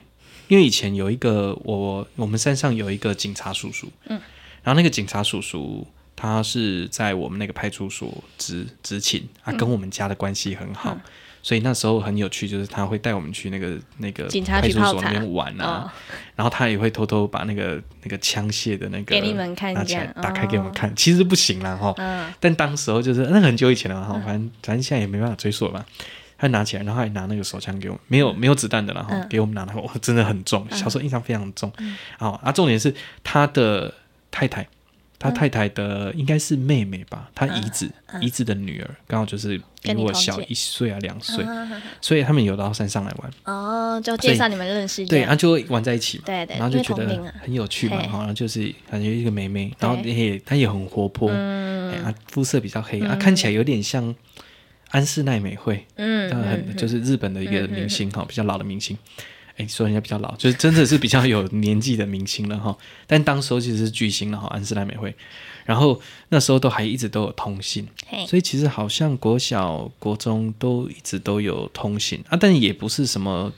S2: 因为以前有一个我我们山上有一个警察叔叔，嗯，然后那个警察叔叔他是在我们那个派出所执执勤，
S1: 嗯
S2: 啊，跟我们家的关系很好。所以那时候很有趣，就是他会带我们去那个那个
S1: 警察
S2: 派
S1: 局
S2: 出所
S1: 泡
S2: 那
S1: 茶哦
S2: 边玩啊，然后他也会偷偷把那个那个枪械的那个
S1: 给你们看
S2: 拿
S1: 这
S2: 起来
S1: 样哦
S2: 打开给我们看，其实不行啦哈，但当时候就是那很久以前了
S1: 嗯
S2: 哈，反正反正现在也没办法追溯了吧。他拿起来，然后还拿那个手枪给我们，没有没有子弹的啦，然
S1: 嗯
S2: 后、给我们拿，然后哇真的很重，小时候印象非常重。好、啊，重点是他的太
S1: 嗯
S2: 太，他太太的、应该是妹妹吧，他姨子、姨子的女儿，刚好就是
S1: 嗯
S2: 比
S1: 跟你
S2: 我
S1: 同
S2: 小
S1: 届嗯
S2: 一岁啊两 岁，所以他们有到山上来玩，
S1: 哦，就介绍你们认识这
S2: 对，啊然后
S1: 样，
S2: 就会玩在一起嘛，
S1: 对对
S2: 然后就觉
S1: 因为同龄
S2: 得
S1: 啊
S2: 很有趣嘛，
S1: 嘿
S2: 哈然后就是感觉一个妹妹，然后也她也很活泼，
S1: 嗯
S2: 哎啊，肤色比较黑啊，看起来有点像安室奈美惠，
S1: 嗯
S2: 但很就是日本的一个明星哈，比较老的明星。哎，说人家比较老，就是真的是比较有年纪的明星了哈。但当时候其实是巨星了哈，安室奈美惠。然后那时候都还一直都有通信，
S1: 嘿，
S2: 所以其实好像国小、国中都一直都有通信啊，但也不是什么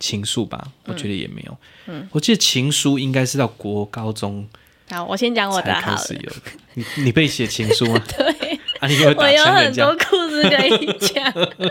S2: 情愫吧，我觉得也没有。嗯，我记得情书应该是到国高中
S1: 好，我先讲我的
S2: 才
S1: 哦好
S2: 开
S1: 了
S2: 始。有。你你被写情书 吗？
S1: 对，
S2: 啊，你 有
S1: 我
S2: 打
S1: 有
S2: 枪人
S1: 很
S2: 家啊
S1: 多？故事可以讲。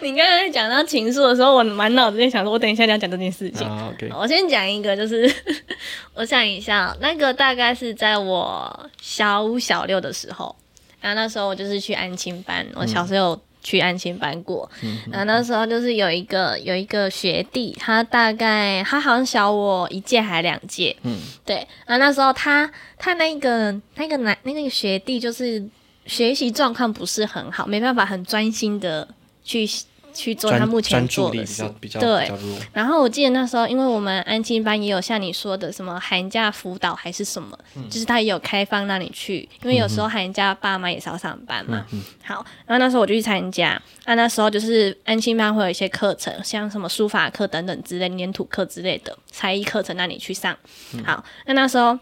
S1: 你刚才讲到情书的时候，我满脑子在想说，我等一下要讲这件事情。
S2: 啊，OK，
S1: 我先讲一个，就是 我想一下哦，那个大概是在我小五、小六的时候，然后那时候我就是去安亲班，我小时
S2: 嗯
S1: 候有去安亲班过，然后那时候就是有一个有一个学弟，他大概他好像小我一届还两届，
S2: 嗯
S1: 对，然后那时候他他那个那个男那个学弟就是学习状况不是很好，没办法很专心的去去做他
S2: 专
S1: 目前
S2: 专注
S1: 做
S2: 力
S1: 的
S2: 比
S1: 事
S2: 较，比较
S1: 对
S2: 比较弱，
S1: 然后我记得那时候，因为我们安亲班也有像你说的什么寒假辅导还是什么，就是他也有开放让你去，因为有时候寒假爸妈也是要上班嘛。好，然后那时候我就去参加，那、那时候就是安亲班会有一些课程，像什么书法课等等之类、粘土课之类的才艺课程让你去上。好，那那时候。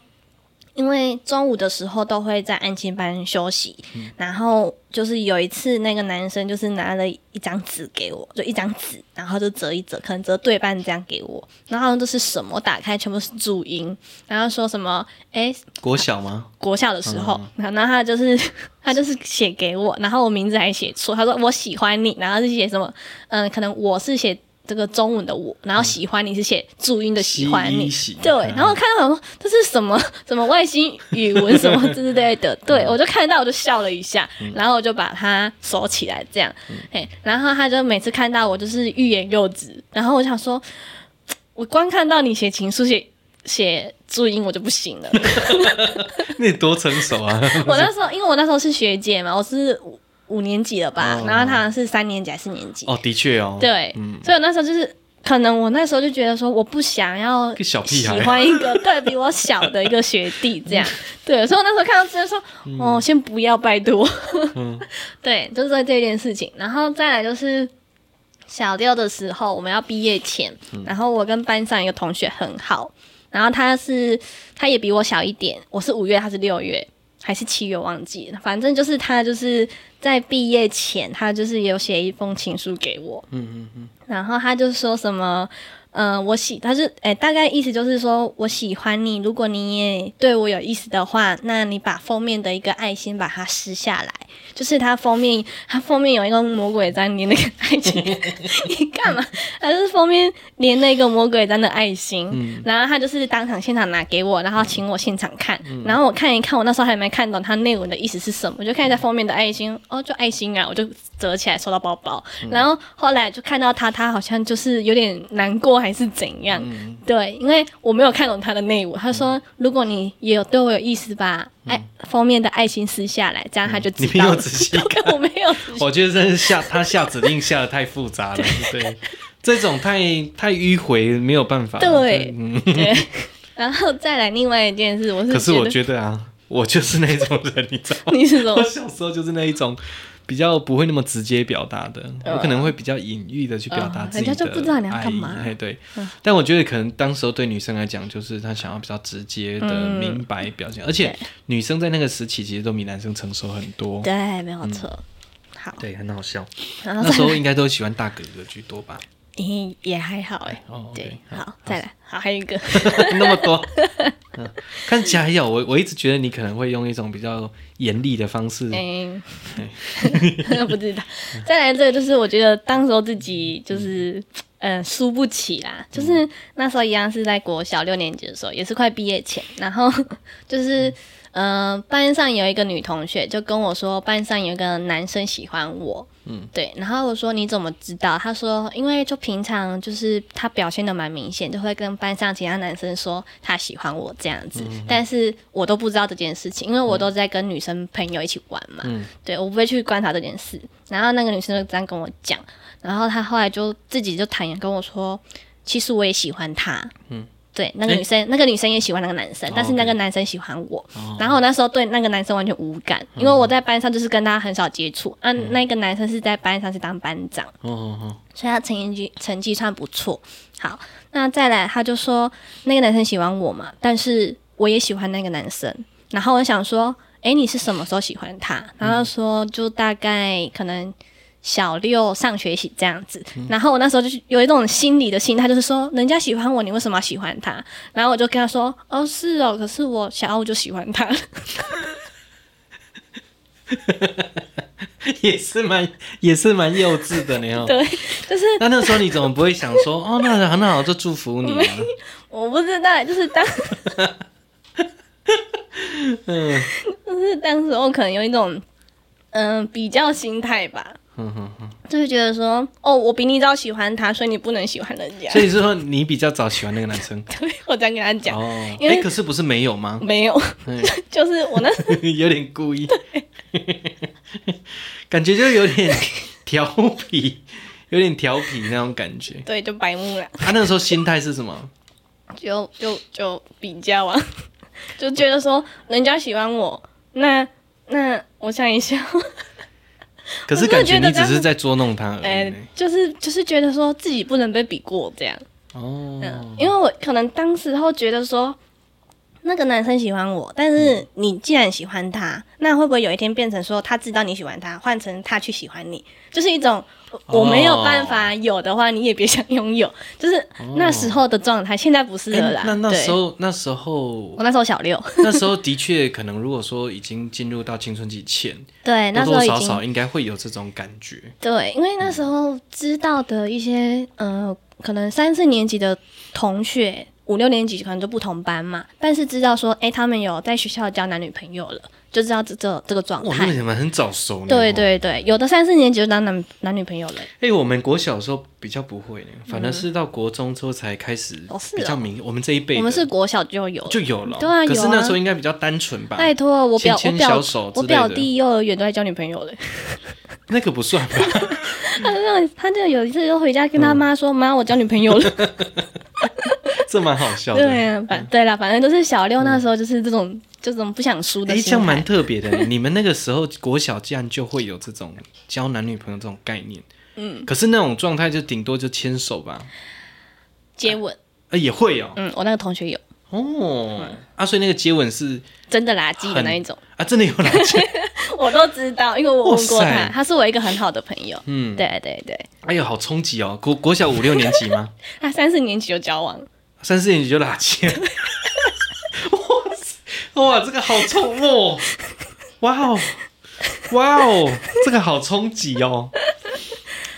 S1: 因为中午的时候都会在安亲班休息，然后就是有一次那个男生就是拿了一张纸给我，就一张纸，然后就折一折，可能折对半这样给我，然后好像这是什么，打开全部是注音，然后说什么，诶，
S2: 国小吗？
S1: 国校的时候，
S2: 嗯
S1: 然后他就是 他就是写给我，然后我名字还写错，他说我喜欢你，然后是写什么，嗯、可能我是写这个中文的我，然后喜欢你是写注音的喜欢
S2: 西
S1: 你
S2: 医，系
S1: 对
S2: 嗯，
S1: 然后我看到我说这是什么 什么外星语文什么之类的，
S2: 嗯
S1: 对我就看到我就笑了一下，然后我就把它收起来这样，
S2: 嗯
S1: 嘿，然后他就每次看到我就是欲言又止，然后我想说，我光看到你写情书写写注音我就不行了，
S2: 那你多成 熟啊！
S1: 我那时候因为我那时候是学姐嘛，我是五五年级了吧，
S2: 哦
S1: 然后他好像是三年级还是四年级，
S2: 哦，的确哦，
S1: 对，
S2: 嗯，
S1: 所以我那时候就是。可能我那时候就觉得说，我不想要
S2: 个小屁
S1: 喜
S2: 孩嗯
S1: 欢一个 对比我小的一个学弟这样，对，所以我那时候看到之前说，哦，先不要，拜托，
S2: 嗯
S1: 对，就是在这件事情，然后再来就是小六的时候，我们要毕业前，
S2: 嗯
S1: 然后我跟班上一个同学很好，然后他是他也比我小一点，我是五月，他是六月还是七月忘记了，反正就是他就是在毕业前，他就是有写一封情书给我，嗯嗯嗯，然后他就说什么。呃，我喜，他是哎、大概意思就是说我喜欢你，如果你也对我有意思的话，那你把封面的一个爱心把它撕下来，就是它封面，它封面有一个魔鬼粘连那个爱心， 你干嘛？它是封面连那个魔鬼粘的爱心，
S2: 嗯
S1: 然后他就是当场现场拿给我，然后请我现场看，
S2: 嗯
S1: 然后我看一看，我那时候还没看懂它内文的意思是什么，我就看一下封面的爱心，哦，就爱心啊，我就折起来收到包包，
S2: 嗯
S1: 然后后来就看到他，他好像就是有点难过还是怎样，
S2: 嗯
S1: 对，因为我没有看懂他的内文，他说如果你也有对我有意思吧，爱封面的爱心撕下来，这样他就知
S2: 嗯你没
S1: 道
S2: 有
S1: 了。
S2: 仔细
S1: 对 我没有仔细
S2: 我觉得真是下他下指令下的太复杂了，对，这种太太迂回没有办法。
S1: 对
S2: 嗯，
S1: 对，然后再来另外一件事，我是
S2: 可是我
S1: 觉
S2: 觉得啊， 我就是那种人，你知道
S1: 得
S2: 吗？
S1: 你是什
S2: 我
S1: 么？
S2: 小时候就是那一种比较不会那么直接表达的，我可能会比较隐喻的去表达
S1: 嗯
S2: 自己的
S1: 呃人家
S2: 爱意、
S1: 就不知道你要干嘛嗯
S2: 哎，对，但我觉得可能当时候对女生来讲，就是她想要比较直接的
S1: 嗯
S2: 明白表现，而且女生在那个时期其实都比男生成熟很多。
S1: 对，没
S2: 嗯
S1: 有错。好，
S2: 对，很好笑。
S1: 然后
S2: 那
S1: 再
S2: 时候应该都喜欢大哥哥居多吧？
S1: 咦也还好哎、
S2: 哦
S1: 对，
S2: OK，
S1: 好，再来，好，还有一 个，
S2: 那么 多，嗯，看起来有我，我一直觉得你可能会用一种比较严厉的方式，
S1: 嗯， 不知道。再来这个就是我觉得当时候自己就是。嗯，输不起啦，就是那时候一样是在国小六年级的时候，也是快毕业前，然后 就是，嗯、班上有一个女同学就跟我说，班上有一个男生喜欢我，嗯，对，然后我说你怎么知道？她说，因为就平常就是她表现的蛮明显，就会跟班上其他男生说她喜欢我这样子，但是我都不知道这件事情，因为我都在跟女生朋友一起玩嘛，
S2: 嗯
S1: 对我不会去观察这件事。然后那个女生就这样跟我讲，然后她后来就自己就坦言跟我说，其实我也喜欢他，嗯
S2: 嗯。
S1: 对，那个
S2: 诶
S1: 女生，那个女生也喜欢那个男生
S2: 哦，
S1: 但是那个
S2: OK
S1: 男生喜欢我，
S2: 哦嗯
S1: 然后我那时候对那个男生完全无感，因为我在班上就是跟他很少接触，啊，那个男生是在班上是当班长，
S2: 哦哦哦，
S1: 所以他成绩成绩算不错。好，那再来，他就说那个男生喜欢我嘛，但是我也喜欢那个男生。然后我想说，诶，你是什么时候喜欢他？然后他说就大概可能小六上学期这样子。然后我那时候就是有一种心理的心态，就是说人家喜欢我，你为什么要喜欢他？然后我就跟他说，哦，是哦，可是我小五就喜欢他。
S2: 也是蛮也是蛮幼稚的呢。哦
S1: 对，就是
S2: 那那时候你怎么不会想说，哦，那很好，就祝 福你啊？
S1: 我不知道，就是当，
S2: 嗯
S1: 就是当时我可能有一种嗯、比较心态吧，
S2: 哼哼哼
S1: 就是觉得说哦，我比你早喜欢他，所以你不能喜欢人家。
S2: 所以是说你比较早喜欢那个男生
S1: 对我这样跟他讲，
S2: 哦？
S1: 因为
S2: 哎，可是不是没有吗？
S1: 没有，
S2: 嗯
S1: 就是我那
S2: 有点故意， 感觉就有点调皮，有点调皮那种感觉。
S1: 对就白目了，
S2: 他、那时候心态是什么？
S1: 就就就比较啊， 就觉得说人家喜欢我，那那我想一下，
S2: 可是感觉你只是在捉弄他而
S1: 哎、
S2: 已呢。
S1: 就是就是觉得说自己不能被比过这样。
S2: 哦，
S1: 因为我可能当时候觉得说，那个男生喜欢我，但
S2: 嗯
S1: 是你既然喜欢他，那会不会有一天变成说他知道你喜欢他，换成他去喜欢你，就是一种
S2: 哦
S1: 我我没有办法有的话，你也别想拥有，就是那时候的状态，现在不是呃嗯了啦
S2: 哎。哦那那
S1: 对
S2: 时候那时候
S1: 我那时候小六，
S2: 那时候的确可能，如果说已经进入到青春期前，
S1: 对，那
S2: 多
S1: 时候
S2: 多
S1: 已
S2: 少
S1: 经
S2: 少应该会有这种感觉。
S1: 对，因为那时候知道的一些，呃，可能三四年级的同学，五六年级可能就不同班嘛，但是知道说，哎、他们有在学校交男女朋友了，就知道这这这个状
S2: 哇，那
S1: 态。
S2: 你们很早熟呢。
S1: 对
S2: 哦。
S1: 对对，有的三四年级就当男男女朋友了。
S2: 哎、我们国小的时候比较不会呢，反而是到国中之后才开始
S1: 哦嗯是哦
S2: 比较明。我们这一辈的
S1: 我们是国小就有了，
S2: 就有了，
S1: 对啊有啊哎
S2: 可是那时候应该比较单纯吧？
S1: 拜托我表我
S2: 牵牵
S1: 表
S2: 小手之
S1: 我
S2: 类的
S1: 表弟幼儿园都在交女朋友了。
S2: 那个不算吧？
S1: 他就他就有一次就回家跟他
S2: 嗯
S1: 妈说：“妈、我交女朋友了。
S2: 这蛮 好”笑 的。
S1: 对啊，反对啦，反正就是小六那时候就是这种、这种不想输的
S2: 哎，
S1: 心
S2: 这
S1: 态。
S2: 样蛮特别的。你们那个时候国小竟然就会有这种交男女朋友这种概念，嗯，可是那种状态就顶多就牵手吧，
S1: 接吻，
S2: 呃，也会哦，
S1: 嗯，我那个同学有。
S2: 哦，啊，所以那个接吻是
S1: 真的垃圾的那一种，
S2: 啊，真的有拿去，
S1: 我都知道，因为我问过
S2: 哇
S1: 他
S2: 塞，
S1: 他是我一个很好的朋友。
S2: 嗯，
S1: 对对对，
S2: 哎呦，好冲击哦！国国小五六年级 吗？
S1: 他三四年级就交往，
S2: 三四年级就拉纤，哇塞哇，这个好冲哦！哇哦，哇哦，这个好冲击哦！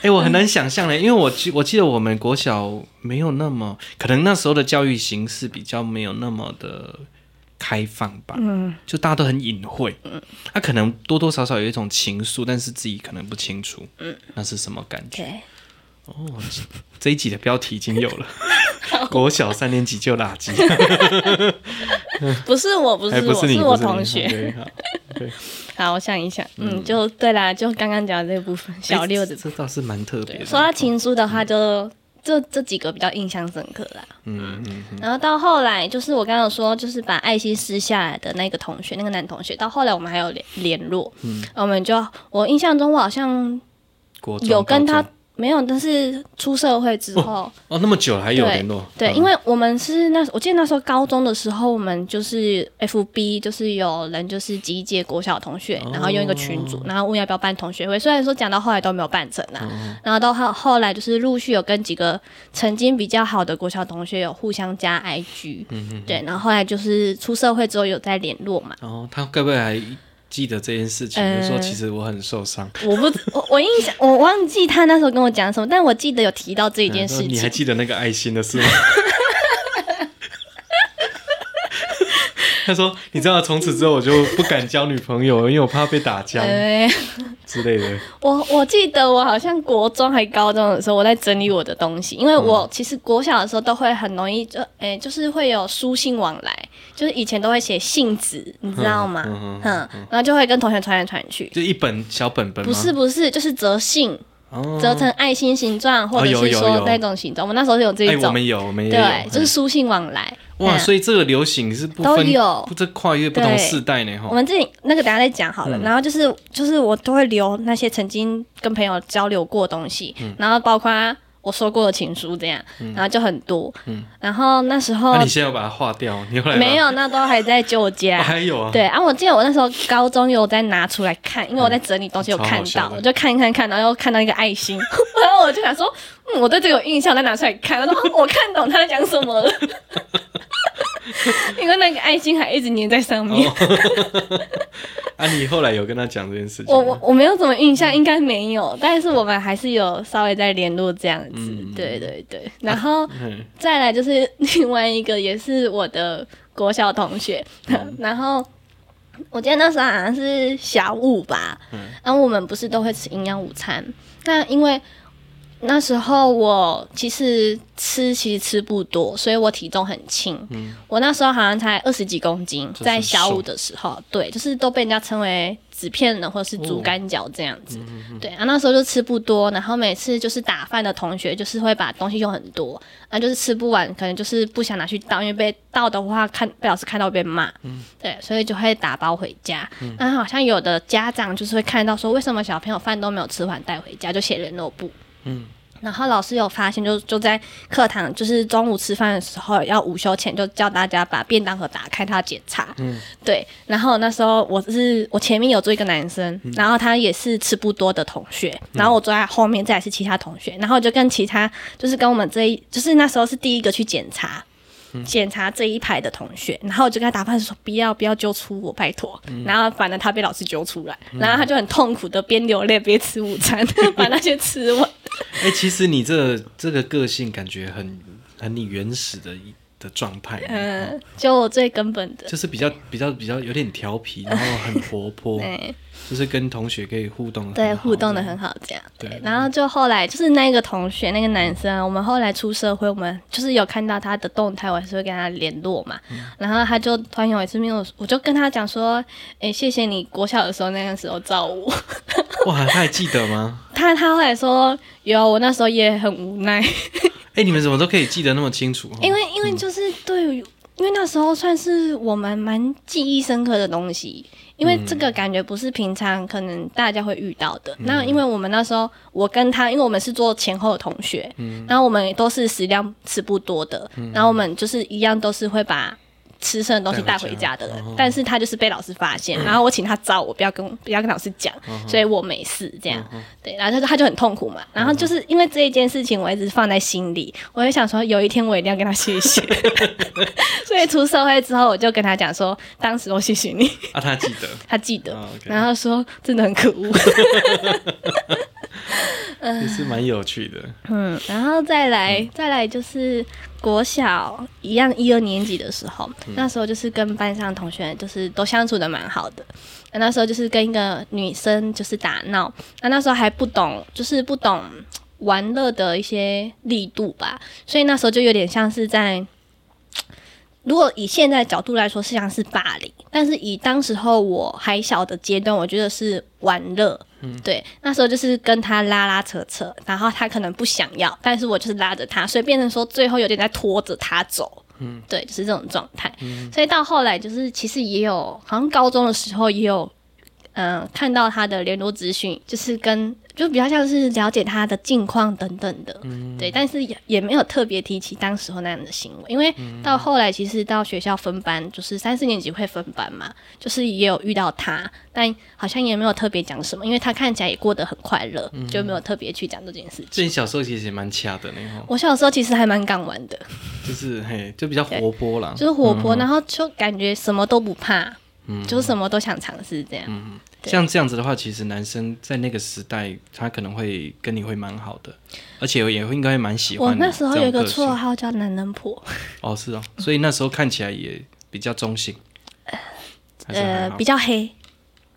S2: 哎、我很难想象嘞，因为我记我记得我们国小没有那么，可能那时候的教育形式比较没有那么的开放吧，嗯，就大家都很隐晦，嗯，他、可能多多少少有一种情愫，但是自己可能不清楚，嗯，那是什么感觉？
S1: 对，
S2: 哦，这一集的标题已经有 了， 国小三年级就垃圾，
S1: 不是我，不是
S2: 哎，不
S1: 我，
S2: 是你，
S1: 我
S2: 不是你
S1: 同学。
S2: 对好对，
S1: 好，我想一想，嗯，就对啦，就刚刚讲的这部分， 小六的
S2: 哎。这嗯倒是蛮特别
S1: 对，
S2: 的。
S1: 说到情书的话，就这这几个比较印象深刻啦。
S2: 嗯嗯嗯，
S1: 然后到后来，就是我刚刚有说，就是把爱心撕下来的那个同学，那个男同学，到后来我们还有联联络，嗯，我们就我印象中我好像
S2: 国中
S1: 有跟
S2: 高
S1: 他
S2: 中
S1: 没有，但是出社会之后，
S2: 哦，那么久了还有
S1: 对
S2: 联络，
S1: 对，
S2: 嗯
S1: 因为我们是那我记得那时候高中的时候，我们就是 FB 就是有人就是集结国小同学，然后用一个群组，然后问要不要办同学会，虽然说讲到后来都没有办成啦，然后到后后来就是陆续有跟几个曾经比较好的国小同学有互相加 IG，、对，然后后来就是出社会之后有在联络嘛。
S2: 哦，他该不会还记得这件事情？
S1: 呃
S2: 就说其实我很受伤，
S1: 我不，我我印象我忘记他那时候跟我讲什么，但我记得有提到这一件事
S2: 嗯你还
S1: 情。
S2: 记得那个爱心 的事吗？ 他说：“你知道，从此之后我就不敢交女朋友，因为我怕被打枪
S1: 哎、
S2: 之类的。
S1: 我我记得我好像国中还高中的时候，我在整理我的东西，因为
S2: 嗯
S1: 我其实国小的时候都会很容易就诶、就是会有书信往来，就是以前都会写信纸，你知道吗？
S2: 嗯嗯
S1: 嗯，然后就会跟同学传来传去。
S2: 就一本小本本吗？
S1: 不是不是，就是折信，
S2: 哦，
S1: 折成爱心形状，或者
S2: 有
S1: 是
S2: 有
S1: 说
S2: 有
S1: 那种形状。我们那时候有这
S2: 哎、
S1: 一
S2: 我
S1: 种，
S2: 们有，我们也有，
S1: 对，就是
S2: 嗯
S1: 书信往来。
S2: 哇，
S1: 嗯
S2: 所以这个流行是不分
S1: 都有
S2: 这跨越不同
S1: 对
S2: 世代呢，
S1: 我
S2: 哈。
S1: 们自己那个等一下再讲
S2: 嗯
S1: 好了。然后就是就是我都会留那些曾经跟朋友交流过的东西，
S2: 嗯
S1: 然后包括我说过的情书这样，然后就很多。然后那时候
S2: 那、嗯啊你现在要把它划掉，你后来把它
S1: 没、有，那都还在旧
S2: 哦
S1: 家。
S2: 还有啊，
S1: 对啊，我记得我那时候高中有再拿出来看，因为我在整理东西，
S2: 嗯
S1: 有看
S2: 超好笑
S1: 到，
S2: 的
S1: 我就看一看看，然后又看到一个爱心， 然后我就想说，嗯，我对这个有印象，再拿出来看，然后 我看懂他在讲什么了， 因为那个爱心还一直粘在上面。
S2: 啊，你后来有跟他讲这件事情
S1: 我
S2: 吗，
S1: 我我没有什么印象，
S2: 嗯
S1: 应该没有，但是我们还是有稍微在联络这样子，
S2: 嗯
S1: 对对对。然后
S2: 嗯
S1: 再来就是 另外一个也是我的国小同学，
S2: 嗯
S1: 然后我记得那时候好像是小五吧，
S2: 嗯
S1: 然后我们不是都会吃营养午餐，那因为。那时候我其实吃其实吃不多，所以我体重很轻。我那时候好像才二十几公斤，
S2: 嗯是
S1: 在小
S2: 瘦
S1: 五的时候，对，就是都被人家称为纸片人或是竹竿脚这样子。对啊，那时候就吃不多，然后每次就是打饭的同学就是会把东西用很多，啊，就是吃不完，可能就是不想拿去倒，因为被倒的话看被老师看到会被骂。对，所以就会打包回家。那、好像有的家长就是会看到说，为什么小朋友饭都没有吃完带回家，就写联络簿。
S2: 嗯，
S1: 然后老师有发现就，就在课堂，就是中午吃饭的时候，要午休前就叫大家把便当盒打开，他检查。嗯，对。然后那时候我是我前面有坐一个男生，然后他也是吃不多的同学，然后我坐在后面，再来是其他同学，然后就跟其他就是跟我们这一，就是那时候是第一个去检查。检查这一排的同学，然后我就跟他打饭说不要不要揪出我，拜托。然后反正他被老师揪出来，然后他就很痛苦的边流泪边吃午餐，把那些吃完。
S2: 哎、其实你这这个个性感觉很很你原始的一的状态，
S1: 嗯， 就我最根本的。
S2: 就是比较比较比较有点调皮，然后很活泼，
S1: 对
S2: 就是跟同学可以互动得
S1: 对，
S2: 很好
S1: 互动的
S2: 这样
S1: 很好，这样
S2: 对
S1: 对。然后就后来就是那个同学，那个男生啊，我们后来出社会，我们就是有看到他的动态，我还是会跟他联络嘛。
S2: 嗯
S1: 然后他就突然有一次没有，我就跟他讲说：“哎，谢谢你国小的时候那个时候照顾我。
S2: 哇，他还记得吗？
S1: 他”他后来说：“有，我那时候也很无奈，
S2: 哎、你们怎么都可以记得那么清楚？
S1: 因为因为就是对于，因为那时候算是我们蛮记忆深刻的东西，因为这个感觉不是平常可能大家会遇到的。那因为我们那时候我跟他，因为我们是做前后的同学，然后我们都是食量吃不多的，然后我们就是一样都是会把。吃剩的东西带回家嗯的人，但是他就是被老师发现，然后我请他照我，不要跟不要跟老师讲，所以我没事这样。对，然后他他就很痛苦嘛，然后就是因为这一件事情，我一直放在心里，我就想说有一天我一定要跟他谢 谢。所以出社会之后，我就跟他讲说，当时我谢谢你，
S2: 啊，他记得，
S1: 他记得，
S2: 啊，OK
S1: 然后说真的很可恶。
S2: 也是蛮有趣的。
S1: 嗯，然后再来、再来就是国小一样一二年级的时候，那时候就是跟班上同学就是都相处的蛮好的。那那时候就是跟一个女生就是打闹，那那时候还不懂，就是不懂玩乐的一些力度吧，所以那时候就有点像是在。如果以现在角度来说，是像是霸凌，但是以当时候我还小的阶段，我觉得是玩乐，对，那时候就是跟他拉拉扯扯，然后他可能不想要，但是我就是拉着他，所以变成说最后有点在拖着他走。嗯，对，就是这种状态。所以到后来就是其实也有，好像高中的时候也有，嗯、看到他的联络资讯，就是跟就比较像是了解他的近况等等的。对，但是也也没有特别提起当时候那样的行为，因为到后来其实到学校分班，就是三四年级会分班嘛，就是也有遇到他，但好像也没有特别讲什么，因为他看起来也过得很快乐，就没有特别去讲这件事情。
S2: 所以你小时候其实也蛮恰的那种，
S1: 我小时候其实还蛮敢玩的，
S2: 就是嘿，就比较活泼啦。
S1: 就是活泼，然后就感觉什么都不怕，就是什么都想尝试这样。对
S2: 像这样子的话，其实男生在那个时代，他可能会跟你会蛮好的，而且也会应该会蛮喜欢
S1: 我
S2: 你
S1: 那时候有一个
S2: 这种
S1: 绰
S2: 个性
S1: 号叫“男人婆
S2: 哦，是哦，所以那时候看起来也比较中性，”，还是还
S1: 呃，
S2: 好
S1: 比较黑，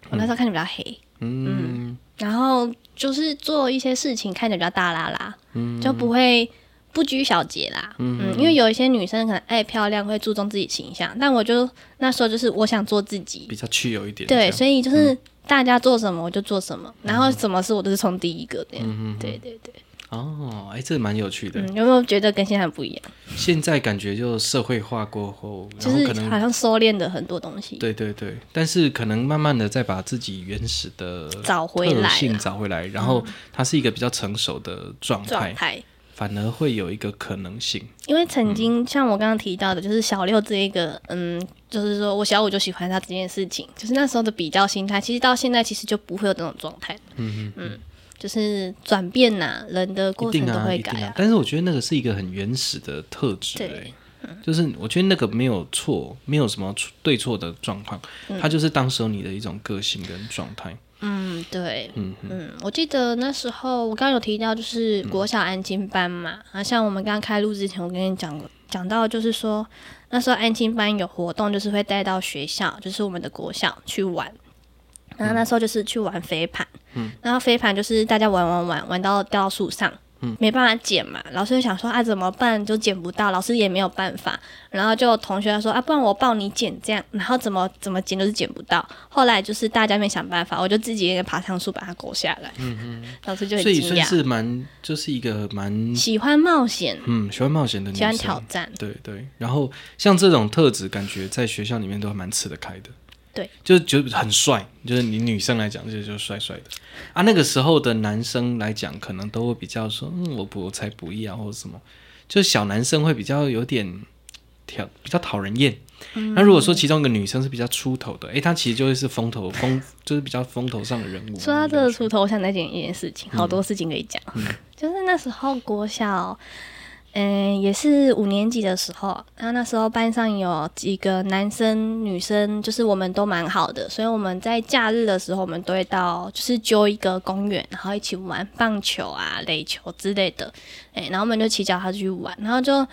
S1: 我那时候看起来比较黑。
S2: 嗯
S1: 然后就是做一些事情看起来比较大啦啦，
S2: 嗯
S1: 就不会不拘小节啦，嗯因为有一些女生可能爱漂亮，会注重自己形象，但我就那时候就是我想做自己，
S2: 比较嗯具有一点这样，
S1: 对，所以就是大家做什么我就做什么，然后什么事我都是冲第一个的，
S2: 嗯
S1: 对对对，
S2: 哦，哎，这蛮有趣的。
S1: 嗯，有没有觉得跟现在不一样？
S2: 现在感觉就社会化过后，
S1: 就
S2: 然后
S1: 是
S2: 可能
S1: 好像收敛了很多东西，
S2: 对对对，但是可能慢慢的再把自己原始的
S1: 找回来
S2: 特
S1: 啦
S2: 性找回来，然后它是一个比较成熟的状
S1: 状
S2: 态，
S1: 态。
S2: 反而会有一个可能性。
S1: 因为
S2: 嗯
S1: 曾经像我刚刚提到的，就是小六这一个，嗯，就是说我小五就喜欢他这件事情，就是那时候的比较心态，其实到现在其实就不会有这种状态，
S2: 嗯
S1: 就是转变呐、人的
S2: 一
S1: 过程
S2: 定
S1: 都
S2: 啊，
S1: 会
S2: 一
S1: 改
S2: 定啊。但是我觉得那个是一个很原始的特质、
S1: 对
S2: 欸，就是我觉得那个没有错，没有什么错对错的状况，它就是当时候你的一种个性跟状态。
S1: 嗯，对，
S2: 嗯
S1: 嗯，我记得那时候我刚刚有提到，就是国小安亲班嘛，啊，像我们刚刚开录之前，我跟你讲过，讲到就是说那时候安亲班有活动，就是会带到学校，就是我们的国校去玩。然后那时候就是去玩飞盘，嗯，然后飞盘就是大家玩玩玩玩到掉到树上，嗯，没办法捡嘛，老师就想说啊怎么办，就捡不到，老师也没有办法，然后就有同学说啊不然我帮你捡这样，然后怎么怎么捡都是捡不到，后来就是大家没想办法，我就自己一个人爬上树把它勾下来，嗯嗯，老师就很
S2: 所以
S1: 惊
S2: 算
S1: 讶，
S2: 是蛮，就是一个蛮，
S1: 喜欢冒险，
S2: 嗯，喜欢冒险的女
S1: 喜欢
S2: 生。
S1: 挑战，
S2: 对对，然后像这种特质，感觉在学校里面都还蛮吃得开的。
S1: 对，
S2: 就就很帅，就是你女生来讲，就就帅帅的啊。那个时候的男生来讲，可能都会比较说，嗯，我不，我才不要，或者什么，就小男生会比较有点挑，比较讨人厌。
S1: 嗯
S2: 那如果说其中一个女生是比较出头的，诶，她其实就会是风头风，就是比较风头上的人物。啊
S1: 说到这个出头，我想再讲一件事情，好多事情可以讲。就是那时候国小，嗯、也是五年级的时候，然后那时候班上有几个男生女生，就是我们都蛮好的，所以我们在假日的时候，我们都会到就是揪一个公园，然后一起玩棒球啊、垒球之类的。哎、然后我们就骑脚踏车去玩，然后就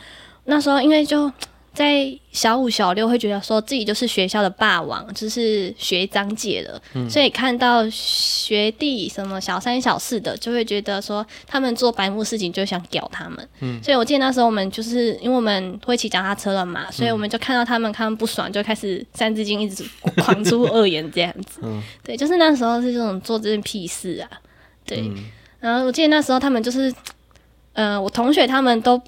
S1: 那时候因为就。在小五、小六会觉得说自己就是学校的霸王，就是学长姐了，所以看到学弟什么小三小四的，就会觉得说他们做白目事情就想屌他们。所以我记得那时候我们就是因为我们会骑脚踏车了嘛，所以我们就看到他们看他们不爽，就开始三字经一直狂出恶言这样子。对，就是那时候是这种做这件屁事啊。对，然后我记得那时候他们就是，呃，我同学他们都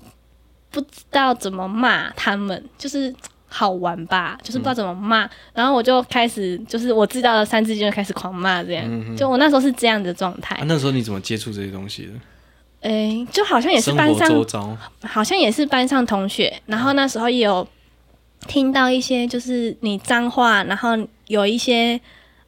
S1: 不知道怎么骂他们，就是。好玩吧，就是不知道怎么骂，然后我就开始就是我知道了三字经就开始狂骂，这样、就我那时候是这样的状态
S2: 啊，，那时候你怎么接触这些东西的？
S1: 诶、就好像也是
S2: 生
S1: 班
S2: 活
S1: 上
S2: 周遭，
S1: 好像也是班上同学，然后那时候也有听到一些就是你脏话，然后有一些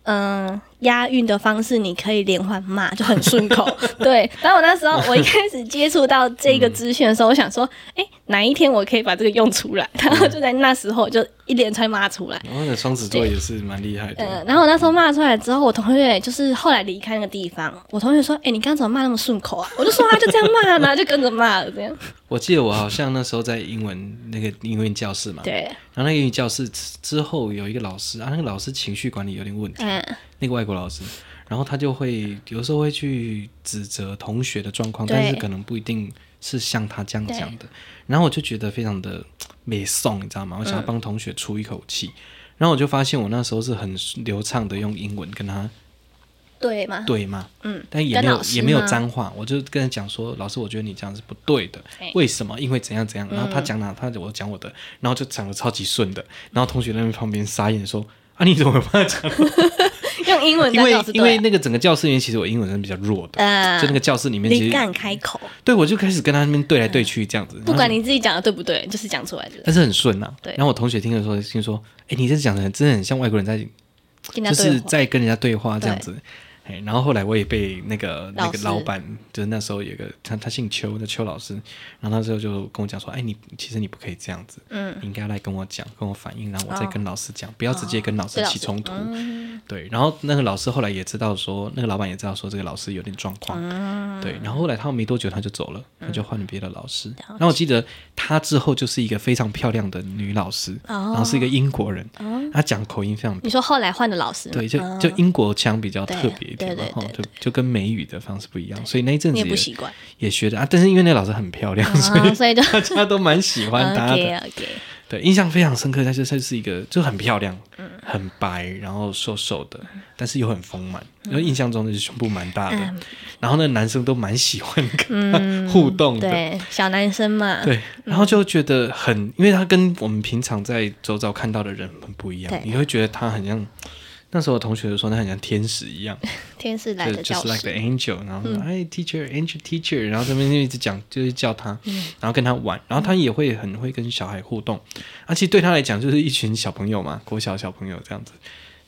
S1: 嗯、押韵的方式，你可以连环骂，就很顺口。对，然后我那时候我一开始接触到这个资讯的时候，我想说，哎、哪一天我可以把这个用出来？ 然后就在那时候就一连串骂出来。
S2: 然后呢，双子座也是蛮厉害
S1: 嗯，
S2: 的，
S1: 然后我那时候骂出来之后，我同学就是后来离开那个地方，我同学说：“哎、你刚刚怎么骂那么顺口啊？”我就说：“他就这样骂、啊，然后就跟着骂了这样。
S2: 我记得我好像那时候在英文那个英语教室嘛”，
S1: 对，
S2: 然后那个英语教室之之后有一个老师啊，那个老师情绪管理有点问题，
S1: 嗯
S2: 那个外国老师，然后他就会有时候会去指责同学的状况，
S1: 对
S2: 但是可能不一定是像他这样讲的。然后我就觉得非常的没送，你知道吗？我
S1: 嗯
S2: 想要帮同学出一口气，然后我就发现我那时候是很流畅的用英文跟他
S1: 对嘛，
S2: 对骂，
S1: 嗯，
S2: 但也没
S1: 跟
S2: 有
S1: 老师
S2: 也没有
S1: 吗
S2: 脏话，我就跟他讲说，老师，我觉得你这样是不对的
S1: 对，
S2: 为什么？因为怎样怎样，
S1: 嗯
S2: 然后他讲哪，他我讲我的，然后就讲的超级顺的，然后同学在那边旁边傻眼说。啊！你怎么把它讲？
S1: 用英文
S2: 因
S1: 当
S2: 为
S1: 老师
S2: 因为
S1: 对啊，
S2: 那个整个教室里面，其实我英文是比较弱的，
S1: 呃
S2: 就那个教室里面其
S1: 你
S2: 实嗯
S1: 敢开口，
S2: 对我就开始跟他那边对来对去这样子，
S1: 不管
S2: 你，
S1: 你自己讲的对不对，就是讲出来的，
S2: 但是很顺啊。
S1: 对
S2: 然后我同学听的时候，听说，哎，你这讲的真的很像外国人在
S1: 跟他
S2: 就
S1: 对
S2: 是
S1: 话。
S2: 在跟人家对话这样子。嘿然后后来我也被那个那
S1: 老
S2: 个
S1: 师
S2: 老板，就是那时候有一个他他姓邱，那邱老师，然后那时候就跟我讲说，哎，你其实你不可以这样子，嗯，你应该来跟我讲，跟我反映，然后我再跟老师讲，不要直接跟老
S1: 哦
S2: 师
S1: 对老
S2: 起
S1: 师嗯
S2: 冲突。对，然后那个老师后来也知道说，那个老板也知道说这个老师有点状况，
S1: 啊
S2: 对，然后后来他没多久他就走了，他就换了别的老师。然后我记得他之后就是一个非常漂亮的女老师，
S1: 哦
S2: 然后是一个英国人，她讲口音非常
S1: 你说后来换的老师吗，
S2: 对，就就英国腔比较特别一
S1: 嗯
S2: 点嘛
S1: 对，
S2: 哈
S1: 对对，
S2: 就就跟美语的方式不一样，所以那一阵
S1: 你也
S2: 子
S1: 不
S2: 也
S1: 习惯，
S2: 也学的啊。但是因为那老师很漂亮，所以
S1: 啊，所以就
S2: 大家都蛮喜 欢她
S1: OK 啊
S2: 的。
S1: OK，
S2: 对，印象非常深刻。但是她是一个就很漂亮，
S1: 嗯
S2: 很白，然后瘦瘦的，但是又很丰满。
S1: 嗯
S2: 然后印象中就是胸部蛮大的，然后那男生都蛮喜欢跟她互动
S1: 嗯
S2: 的。
S1: 对，小男生嘛，
S2: 嗯对，然后就觉得很，因为他跟我们平常在周遭看到的人很不一样
S1: 对，
S2: 你会觉得他很像。那时候我同学就说他很像天使一 样，
S1: 天使来的
S2: 就 j u
S1: 教
S2: s t like
S1: 室，嗯
S2: the angel，然后说哎 teacher angel teacher，然后这边就一直讲，就是叫他，
S1: 嗯
S2: 然后跟他玩，然后他也会很会跟小孩互动，而且对他来讲就是一群小朋友嘛，国小小朋友这样子。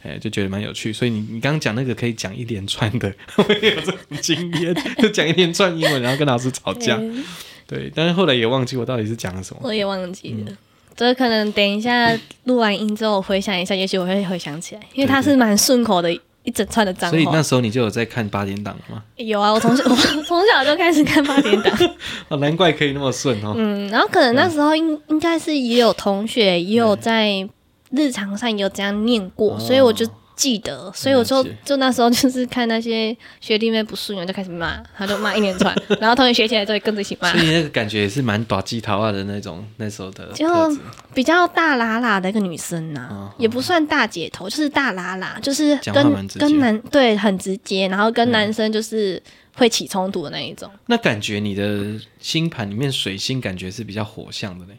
S2: 哎，就觉得蛮有趣，所以你你刚刚讲那个可以讲一连串的， 我也有这种经验，就讲一连串英文，然后跟老师 吵架。
S1: 嗯
S2: 对，但是后来也忘记我到底是讲了什么。
S1: 我也忘记
S2: 嗯
S1: 了。这可能等一下录完音之后我回想一下，也许我会回想起来，因为它是蛮顺口的一整串的脏
S2: 所以那
S1: 话。
S2: 时候你就有在看八点档了吗？
S1: 有啊，我从小我从小就开始看八点档，
S2: 哦，难怪可以那么顺哦。
S1: 嗯，然后可能那时候应应该是也有同学也有在日常上也有这样念过，
S2: 哦
S1: 所以我就记得，所以我就
S2: 了解
S1: 就那时候就是看那些学弟妹不顺眼就开始骂，他就骂一连 串，然后同学学起来就会跟着一起骂
S2: 所，以那个感觉也是蛮短鸡桃啊的那种，那时候的
S1: 就
S2: 特质
S1: 比较大喇喇的一个女生呐、啊
S2: 哦
S1: 也不算大姐头，就是大喇喇，就是
S2: 讲话蛮
S1: 跟
S2: 直接
S1: 跟男对很直接，然后跟男生就是会起冲突的那一种。
S2: 那感觉你的星盘里面水星感觉是比较火象的嘞，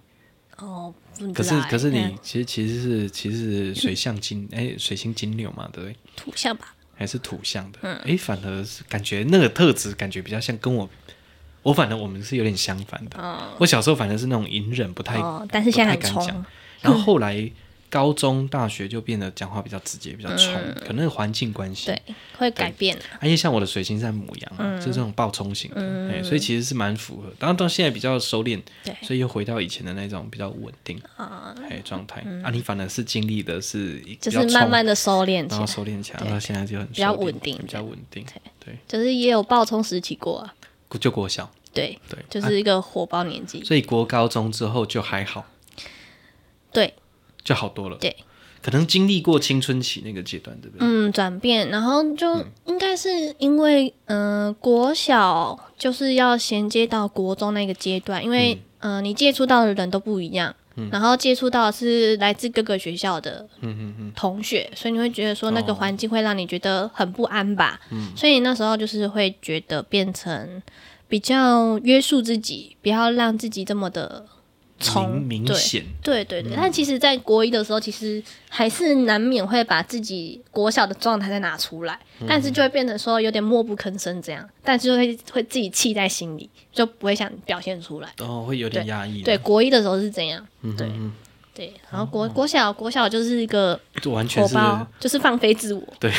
S1: 哦，不知
S2: 可
S1: 道
S2: 是
S1: 欸
S2: 可是你
S1: 嗯
S2: 其实其实是其实是水象金哎、水星金牛嘛，对不对？
S1: 土象吧？
S2: 还是土象的，
S1: 嗯
S2: 哎、反而是感觉那个特质感觉比较像跟我，我反正我们是有点相反的。
S1: 哦
S2: 我小时候反正是那种隐忍，不太
S1: 哦，但是现在很
S2: 不太敢
S1: 冲
S2: 讲，然后后来高中、大学就变得讲话比较直接，比较冲，可能是环境关
S1: 嗯
S2: 系。
S1: 对，嗯会改变啊。
S2: 而且像我的水星在母羊、啊，就这种暴冲型的、
S1: 嗯
S2: 哎所以其实是蛮符合。当然到现在比较收敛，
S1: 对
S2: 所以又回到以前的那种比较稳定
S1: 啊
S2: 哎状态。啊，你反而是经历的是比
S1: 就
S2: 较
S1: 是
S2: 冲
S1: 慢慢的收敛起
S2: 然后
S1: 来，
S2: 收敛起来，
S1: 对
S2: 到现在就很
S1: 比较
S2: 收敛
S1: 稳定
S2: 比较稳定。对，
S1: 就是也有爆冲时期过啊。
S2: 国就国小，
S1: 对，
S2: 对，
S1: 就是一个火爆年纪。
S2: 所以国高中之后就还好，
S1: 对，
S2: 就好多了。
S1: 对，
S2: 可能经历过青春期那个阶段，对嗯不对？
S1: 嗯，转变，然后就应该是因为，嗯、国小就是要衔接到国中那个阶段，因为，嗯、你接触到的人都不一样，
S2: 嗯
S1: 然后接触到的是来自各个学校的
S2: 嗯
S1: 同学，所以你会觉得说那个环境会让你觉得很不安吧，
S2: 哦
S1: 所以你那时候就是会觉得变成比较约束自己，不要让自己这么的冲，
S2: 明明
S1: 对。
S2: 显，
S1: 对对
S2: 嗯
S1: 对，但其实，在国一的时候，其实还是难免会把自己国小的状态再拿出来，
S2: 嗯
S1: 但是就会变成说有点默不吭声这样，但是就会会自己气在心里，就不会想表现出来。
S2: 哦然后会有点压抑。嗯
S1: 对，，国一的时候是这样，对，对，然后国、国小国小就是一个
S2: 这完哦全
S1: 火
S2: 是
S1: 爆，就是放飞自我。
S2: 对，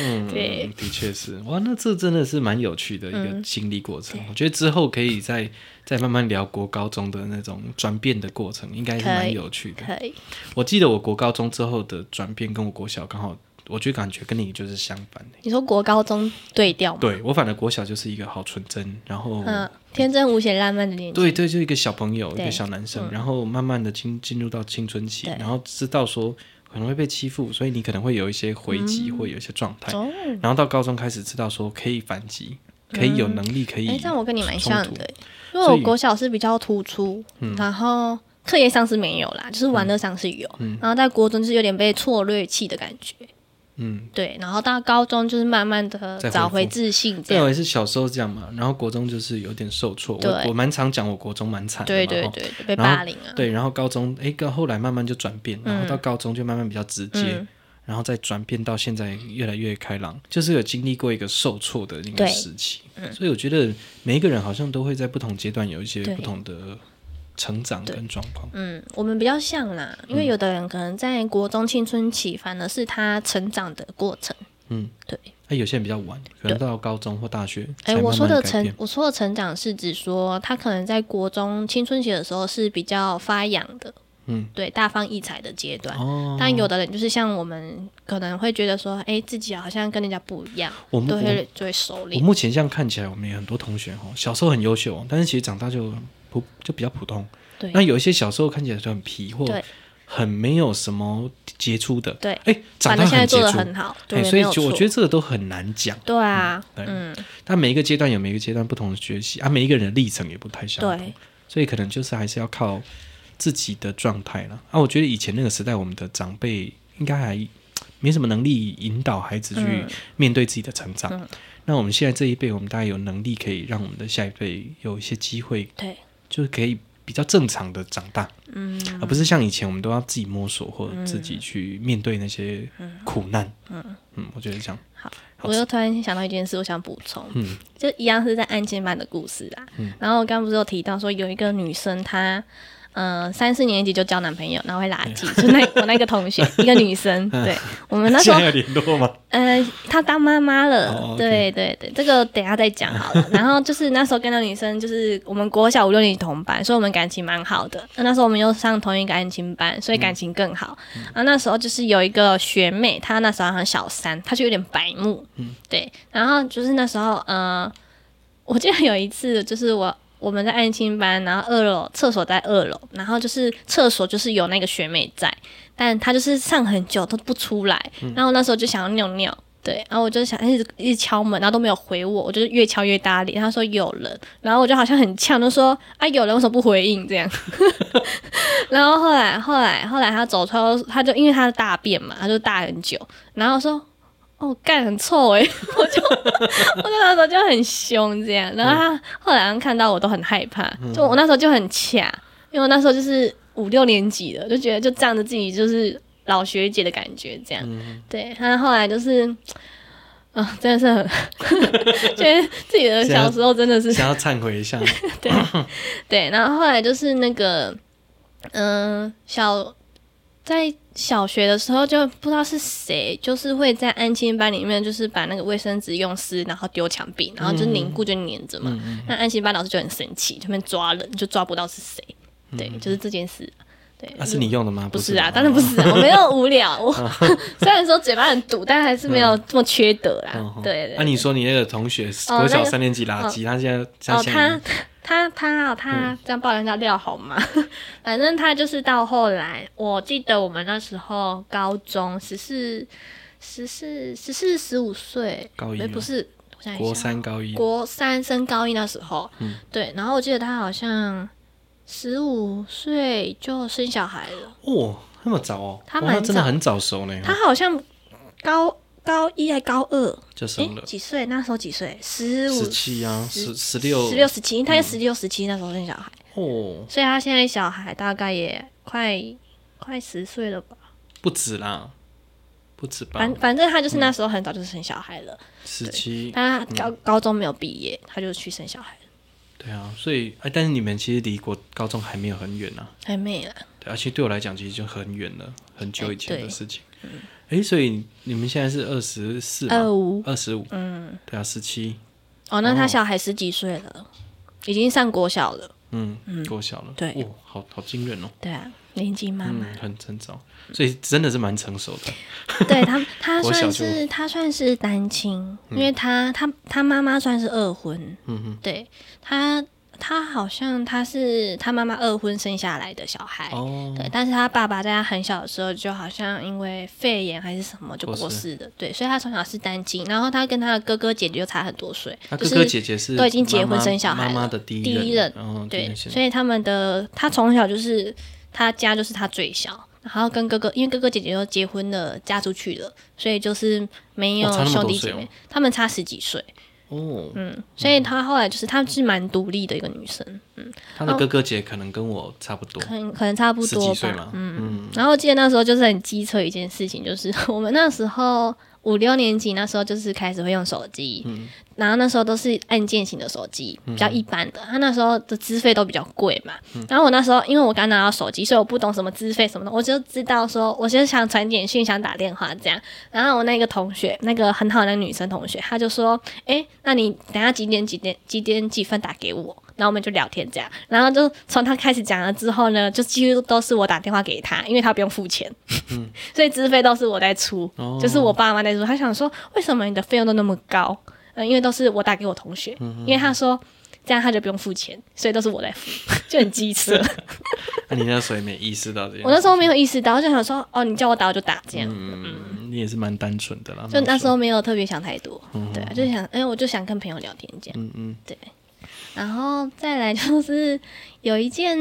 S1: 嗯，对
S2: 嗯，的确是哇，那这真的是蛮有趣的一
S1: 嗯
S2: 个经历过程。我觉得之后可以再再慢慢聊国高中的那种转变的过程，应该是
S1: 可
S2: 蛮
S1: 以
S2: 有趣的。
S1: 可以，
S2: 我记得我国高中之后的转变，跟我国小刚好，我就感觉跟你就是相反的。
S1: 你说国高中对调吗？
S2: 对我反正国小就是一个好纯真，然后、
S1: 嗯，天真无邪、浪漫的年纪。
S2: 对对，就一个小朋友，一
S1: 对
S2: 个小男生，然后慢慢的进进入到青春期，然后知道说可能会被欺负，所以你可能会有一些回
S1: 嗯
S2: 击或有一些状态，
S1: 哦，
S2: 然后到高中开始知道说可以反击，可以有能力，可以
S1: 哎，嗯这样我跟你蛮
S2: 冲
S1: 像
S2: 突
S1: 的欸，因为
S2: 所
S1: 我
S2: 以嗯
S1: 国小是比较突出，然后课业上是没有啦，就是玩乐上是有，然后在国中就是有点被挫略气的感觉，
S2: 嗯，
S1: 对，然后到高中就是慢慢的
S2: 再恢
S1: 找回
S2: 复
S1: 自信，这
S2: 对，
S1: 样，
S2: 我也是小时候这样嘛，然后国中就是有点受挫，
S1: 对
S2: 我我蛮常讲我国中蛮惨的嘛，
S1: 对对
S2: 吼
S1: 对，对被
S2: 然后
S1: 霸凌啊，
S2: 对，然后高中哎，跟后来慢慢就转变，
S1: 嗯
S2: 然后到高中就慢慢比较直接，然后再转变到现在越来越开朗，就是有经历过一个受挫的那个
S1: 对嗯
S2: 时期，所以我觉得每一个人好像都会在不同阶段有一些
S1: 对
S2: 不同的成长跟状况，
S1: 嗯，我们比较像啦，因
S2: 嗯
S1: 为有的人可能在国中青春期，反而是他成长的过程。
S2: 嗯，
S1: 对。
S2: 那、有些人比较晚，可能到高中或大学才
S1: 哎，
S2: 慢
S1: 我说
S2: 慢
S1: 的
S2: 改
S1: 成
S2: 变，，
S1: 我说的成长是指说，他可能在国中青春期的时候是比较发扬的，
S2: 嗯，
S1: 对，大放异彩的阶段。
S2: 哦，
S1: 但有的人就是像我们，可能会觉得说，哎，自己好像跟人家不一样，
S2: 我们
S1: 都
S2: 我
S1: 会就会收
S2: 我
S1: 敛。
S2: 目前这样看起来，我们有很多同学哦，小时候很优秀，但是其实长大就普就比较普通，
S1: 对
S2: 那有一些小时候看起来就很皮或
S1: 对
S2: 很没有什么杰出的，
S1: 对
S2: 哎，
S1: 反
S2: 长大
S1: 正现在
S2: 很杰
S1: 做的
S2: 出，
S1: 很好，
S2: 哎
S1: 对，
S2: 所
S1: 没
S2: 以
S1: 有
S2: 就我
S1: 错
S2: 觉得这个都很难讲。
S1: 对啊，
S2: 对
S1: 嗯，
S2: 但每一个阶段有每一个阶段不同的学习啊，每一个人的历程也不太相同
S1: 对，，
S2: 所以可能就是还是要靠自己的状态了。啊，我觉得以前那个时代，我们的长辈应该还没什么能力引导孩子
S1: 嗯
S2: 去面对自己的成长。那我们现在这一辈，我们大概有能力可以让我们的下一辈有一些机会，
S1: 对，
S2: 就是可以比较正常的长大。
S1: 嗯，
S2: 而不是像以前我们都要自己摸索或者自己去面对那些苦难。嗯我觉得这样好
S1: 我又突然想到一件事，我想补充，
S2: 嗯
S1: 就一样是在安亲班的故事啦。然后我刚不是有提到说有一个女生她。呃，三四年级就交男朋友，然后会拉鸡，就那我那个同 学，一个女生，对我们那时
S2: 嗯现
S1: 候
S2: 在，有联络吗？
S1: 呃，她当妈妈了，
S2: 哦，OK
S1: 对对对，这个等一下再讲好了。然后就是那时候跟那女生，就是我们国小五六年级同班，所以我们感情蛮好的。那那时候我们又上同一个安亲班，所以感情更好。
S2: 嗯
S1: 然后那时候就是有一个学妹，她那时候好像小三，她就有点白目，对，然后就是那时候，呃，我记得有一次，就是我我们在安亲班，然后二楼厕所在二楼，然后就是厕所就是有那个学妹在，但她就是上很久都不出来，然后那时候就想要尿尿。对，然后我就想一直一直敲门，然后都没有回我，我就是越敲越大力。她说有人，然后我就好像很呛，就说啊有人为什么不回应这样？ 然后后来后来后来她走出来，她就因为她的大便嘛，她就大很久，然后说哦，干很臭哎、 我就我就那时候就很凶这样，然后他后来好像看到我都很害怕，就我那时候就很卡，因为我那时候就是五六年级的，就觉得就仗着自己就是老学姐的感觉这样，对，他后来就是，啊、真的是很 觉得自己的小时候真的是
S2: 想要忏悔一下，
S1: 对，然后后来就是那个，嗯、小在小学的时候就不知道是谁，就是会在安亲班里面，就是把那个卫生纸用湿，然后丢墙壁，然后就凝固就粘着嘛。那安亲班老师就很生气，就在那边抓人，就抓不到是谁。对，就是这件事。对，
S2: 那、是你用的吗？
S1: 嗯啊 不
S2: 是
S1: 是啊，
S2: 吧
S1: 当然不是啊，我没有无 聊。我虽然说嘴巴很毒，但还是没有这么缺德啦。
S2: 哦哦
S1: 啊对对
S2: 那、你说你那个同学
S1: 哦
S2: 国小
S1: 那个
S2: 三年级垃圾，他现在他
S1: 哦，
S2: 现在
S1: 他他他哦，他
S2: 嗯
S1: 这样爆人家料好吗？ 反正他就是到后来，我记得我们那时候高中十四、十四、十四、十五岁，
S2: 高一
S1: 诶
S2: 了
S1: 不是，我想一下
S2: 国三嗯高一，
S1: 国三升高一那时候，对，然后我记得他好像十五岁就生小孩了，
S2: 哦，那么早哦，
S1: 他
S2: 哇
S1: 蛮
S2: 那真的
S1: 早
S2: 很早熟呢，
S1: 他好像高高一还高二，
S2: 就生
S1: 诶，
S2: 了
S1: 几岁？那时候几岁？十五
S2: 十、七啊，十十六嗯
S1: 十六、十七，他在十六、十七那时候生小孩。
S2: 哦，
S1: 所以他现在小孩大概也快快十岁了吧，
S2: 不止啦，不止吧
S1: 反，反正他就是那时候很早就生小孩了，
S2: 十七
S1: 但他高高中没有毕业，他就去生小孩了。
S2: 对啊，所以哎，但是你们其实离国高中还没有很远啊。
S1: 还没啦，
S2: 对，而且对我来讲，其实就很远了，很久以前
S1: 哎
S2: 的
S1: 对
S2: 事情。哎、所以你们现在是二十四、
S1: 二五，
S2: 二十五，
S1: 嗯，
S2: 对啊，十七，
S1: 哦，那
S2: 哦
S1: 他小孩十几岁了，已经上国小了，
S2: 嗯，够小了。
S1: 对
S2: 哇、好好惊人哦。
S1: 对啊，年纪妈
S2: 嗯
S1: 妈，，
S2: 很成熟，所以真的是蛮成熟的。
S1: 对他，他
S2: 国小
S1: 算是他算是单亲，因为他他他妈妈算是二婚，
S2: 嗯哼，
S1: 对他他好像他是他妈妈二婚生下来的小孩，
S2: 哦，
S1: 对，但是他爸爸在他很小的时候就好像因为肺炎还是什么就过世的，对，所以他从小是单亲，然后他跟他的哥哥姐姐就差很多岁，
S2: 他
S1: 就
S2: 哥
S1: 是
S2: 哥姐姐是
S1: 都已经结
S2: 妈
S1: 婚
S2: 妈
S1: 生小孩
S2: 妈
S1: 了
S2: 妈的第
S1: 第
S2: 一
S1: 一
S2: 任
S1: 任，
S2: 哦，
S1: 对，所
S2: 以
S1: 以他们的他从小就是他家就是他最小，然后跟哥哥，因为哥哥姐姐都结婚了，嫁出去了，所以就是没
S2: 哇差那
S1: 有
S2: 么
S1: 兄
S2: 多
S1: 弟
S2: 岁
S1: 姐妹，
S2: 哦
S1: 他们差十几岁，
S2: 哦，
S1: 嗯，所以她后来就是她是蛮独立的一个女生，
S2: 他的哥哥姐可能跟我差不多，
S1: 可能可能哦差不
S2: 十
S1: 多
S2: 几岁
S1: 吧
S2: 嘛，，嗯，
S1: 然后记得那时候就是很机车一件事情，就是 我们那时候五六年级那时候就是开始会用手机，然后那时候都是按键型的手机，比较一般的。他、那时候的资费都比较贵嘛。然后我那时候因为我刚拿到手机，所以我不懂什么资费什么的，我就知道说我就是想传简讯、想打电话这样。然后我那个同学，那个很好的那个女生同学，她就说：“诶，那你等下几点几点几点几分打给我？”然后我们就聊天这样，然后就从她开始讲了之后呢，就几乎都是我打电话给她，因为她不用付钱，所以资费都是我在出，
S2: 哦
S1: 就是我爸妈在出。她想说，为什么你的费用都那么高？嗯，因为都是我打给我同学，因为她说这样她就不用付钱，所以都是我在付，就很机车。
S2: 那啊你那时候也没意识到这样，
S1: 我那时候没有意识到，就想说，哦，你叫我打我就打这样。
S2: 嗯，你也是蛮单纯的啦，
S1: 就那时
S2: 候，
S1: 候没有特别想太多，对啊，就想，哎、我就想跟朋友聊天这样，
S2: 嗯嗯，
S1: 然后再来就是有一件，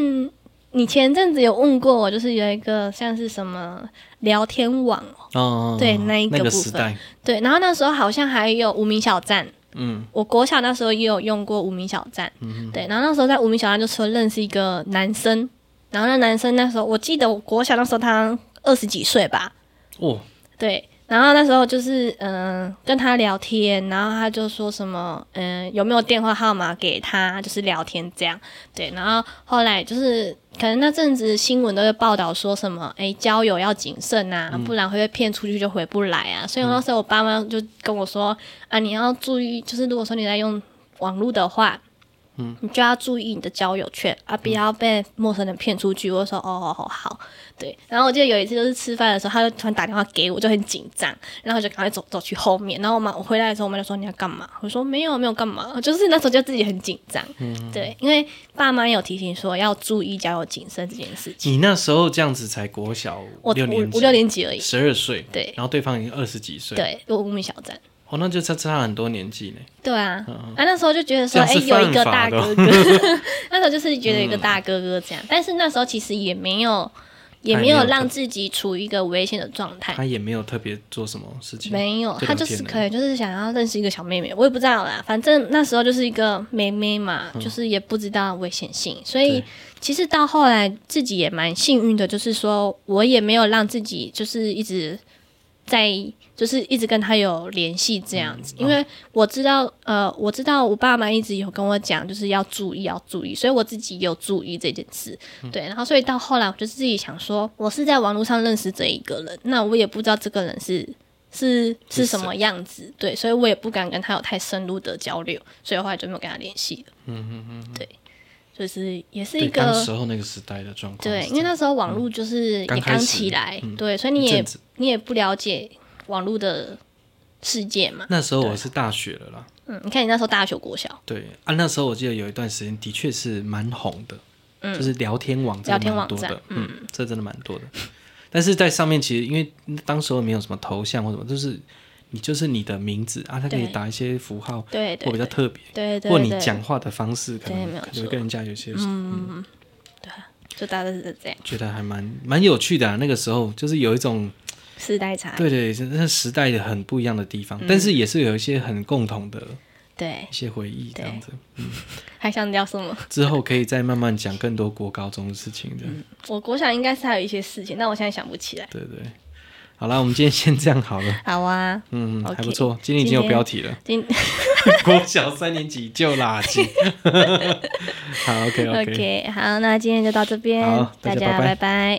S1: 你前阵子有问过我，就是有一个像是什么聊天网哦，
S2: 哦哦，哦
S1: 对那一个
S2: 那个
S1: 部
S2: 时
S1: 分
S2: 代，
S1: 对，然后那时候好像还有无名小站，
S2: 嗯，
S1: 我国小那时候也有用过无名小站，对，然后那时候在无名小站就说认识一个男生，然后那男生那时候我记得我国小那时候他二十几岁吧，
S2: 哦，
S1: 对，然后那时候就是嗯、呃跟他聊天，然后他就说什么嗯、呃有没有电话号码给他，就是聊天这样。对，然后后来就是可能那阵子新闻都会报道说什么诶，交友要谨慎啊，不然会被骗出去就回不来啊。所以我那时候我爸妈就跟我说啊，你要注意，就是如果说你在用网络的话。嗯，你就要注意你的交友圈啊，
S2: 嗯
S1: 不要被陌生人骗出去。我就说哦哦哦好，对。然后我记得有一次就是吃饭的时候，他就突然打电话给我，我就很紧张，然后我就赶快走走去后面。然后我妈我回来的时候，我妈就说你要干嘛？我说没有没有干嘛， 就是那时候就自己很紧张，
S2: 嗯
S1: 对，因为爸妈也有提醒说要注意交友谨慎这件事情。
S2: 你那时候这样子才国小
S1: 我
S2: 六年
S1: 五
S2: 级
S1: 五六年级而已，
S2: 十二岁，
S1: 对
S2: 然后对方已经二十几岁，，
S1: 对，我无名小站。
S2: 哦，那就差差很多年纪呢，
S1: 对啊，啊那时候就觉得
S2: 嗯
S1: 说，
S2: 这样
S1: 哎、
S2: 是
S1: 有一个
S2: 犯法
S1: 大
S2: 的哦
S1: 哥哥， 那时候就是觉得有一个大哥哥这样，但是那时候其实也没有，也
S2: 他也
S1: 没
S2: 没有
S1: 有
S2: 特
S1: 让自己处于一个危险的状态，
S2: 他也没有特别做什么事情，
S1: 没有，
S2: 就
S1: 他
S2: 聊
S1: 就是
S2: 天而已
S1: 可能就是想要认识一个小妹妹，我也不知道啦。反正那时候就是一个妹妹嘛，就是也不知道危险性，所以
S2: 嗯对
S1: 其实到后来自己也蛮幸运的，就是说我也没有让自己就是一直在就是一直跟他有联系这样子，因为我知道呃我知道我爸妈一直有跟我讲就是要注意要注意，所以我自己有注意这件事，对，然后所以到后来我就自己想说，我是在网络上认识这一个人，那我也不知道这个人是是
S2: 是
S1: 是什么样子，对，所以我也不敢跟他有太深入的交流，所以后来就没有跟他联系了。嗯嗯嗯，对，就是也是一
S2: 对当
S1: 个
S2: 时候那个时代的状况是这
S1: 对，
S2: 样，嗯
S1: 因为那时候网络就是也
S2: 刚开
S1: 刚
S2: 始嗯
S1: 起来，对，所以你
S2: 一
S1: 也
S2: 阵子
S1: 你也不了解网络的世界嘛，
S2: 那时候我是大学了啦，
S1: 嗯，你看你那时候大学、国小，
S2: 对啊，那时候我记得有一段时间的确是蛮红的，
S1: 嗯
S2: 就是聊天网真
S1: 聊
S2: 的
S1: 天
S2: 蛮
S1: 网
S2: 多的
S1: 站，
S2: 嗯，这真的蛮多的。但是在上面其实因为当时候没有什么头像或什么，就是你就是你的名字啊，它可以
S1: 对
S2: 打一些符号
S1: 对对
S2: 或比较特别，
S1: 对
S2: 或
S1: 对
S2: 你
S1: 对，
S2: 讲话的方式可
S1: 对没
S2: 能
S1: 有
S2: 可能会
S1: 错
S2: 跟人家有些
S1: 嗯，对啊，就大概是这样，
S2: 觉得还蛮蛮有趣的啊。那个时候就是有一种
S1: 世代差异，
S2: 对对，那时代的很不一样的地
S1: 嗯
S2: 方，但是也是有一些很共同的
S1: 对
S2: 一些回忆这样子。
S1: 还想聊什么？
S2: 之后可以再慢慢讲更多国高中的事情的。
S1: 我国小应该是还有一些事情，但我现在想不起来。
S2: 对对，好啦，我们今天先这样好了。
S1: 好啊，
S2: 嗯，
S1: OK，
S2: 还不错，今天已经有标题了。
S1: 今
S2: 国小三年级就垃圾。好，OK，OK，、
S1: OK，好，那今天就到这边
S2: 好，
S1: 大
S2: 大家
S1: 家
S2: 拜拜
S1: 拜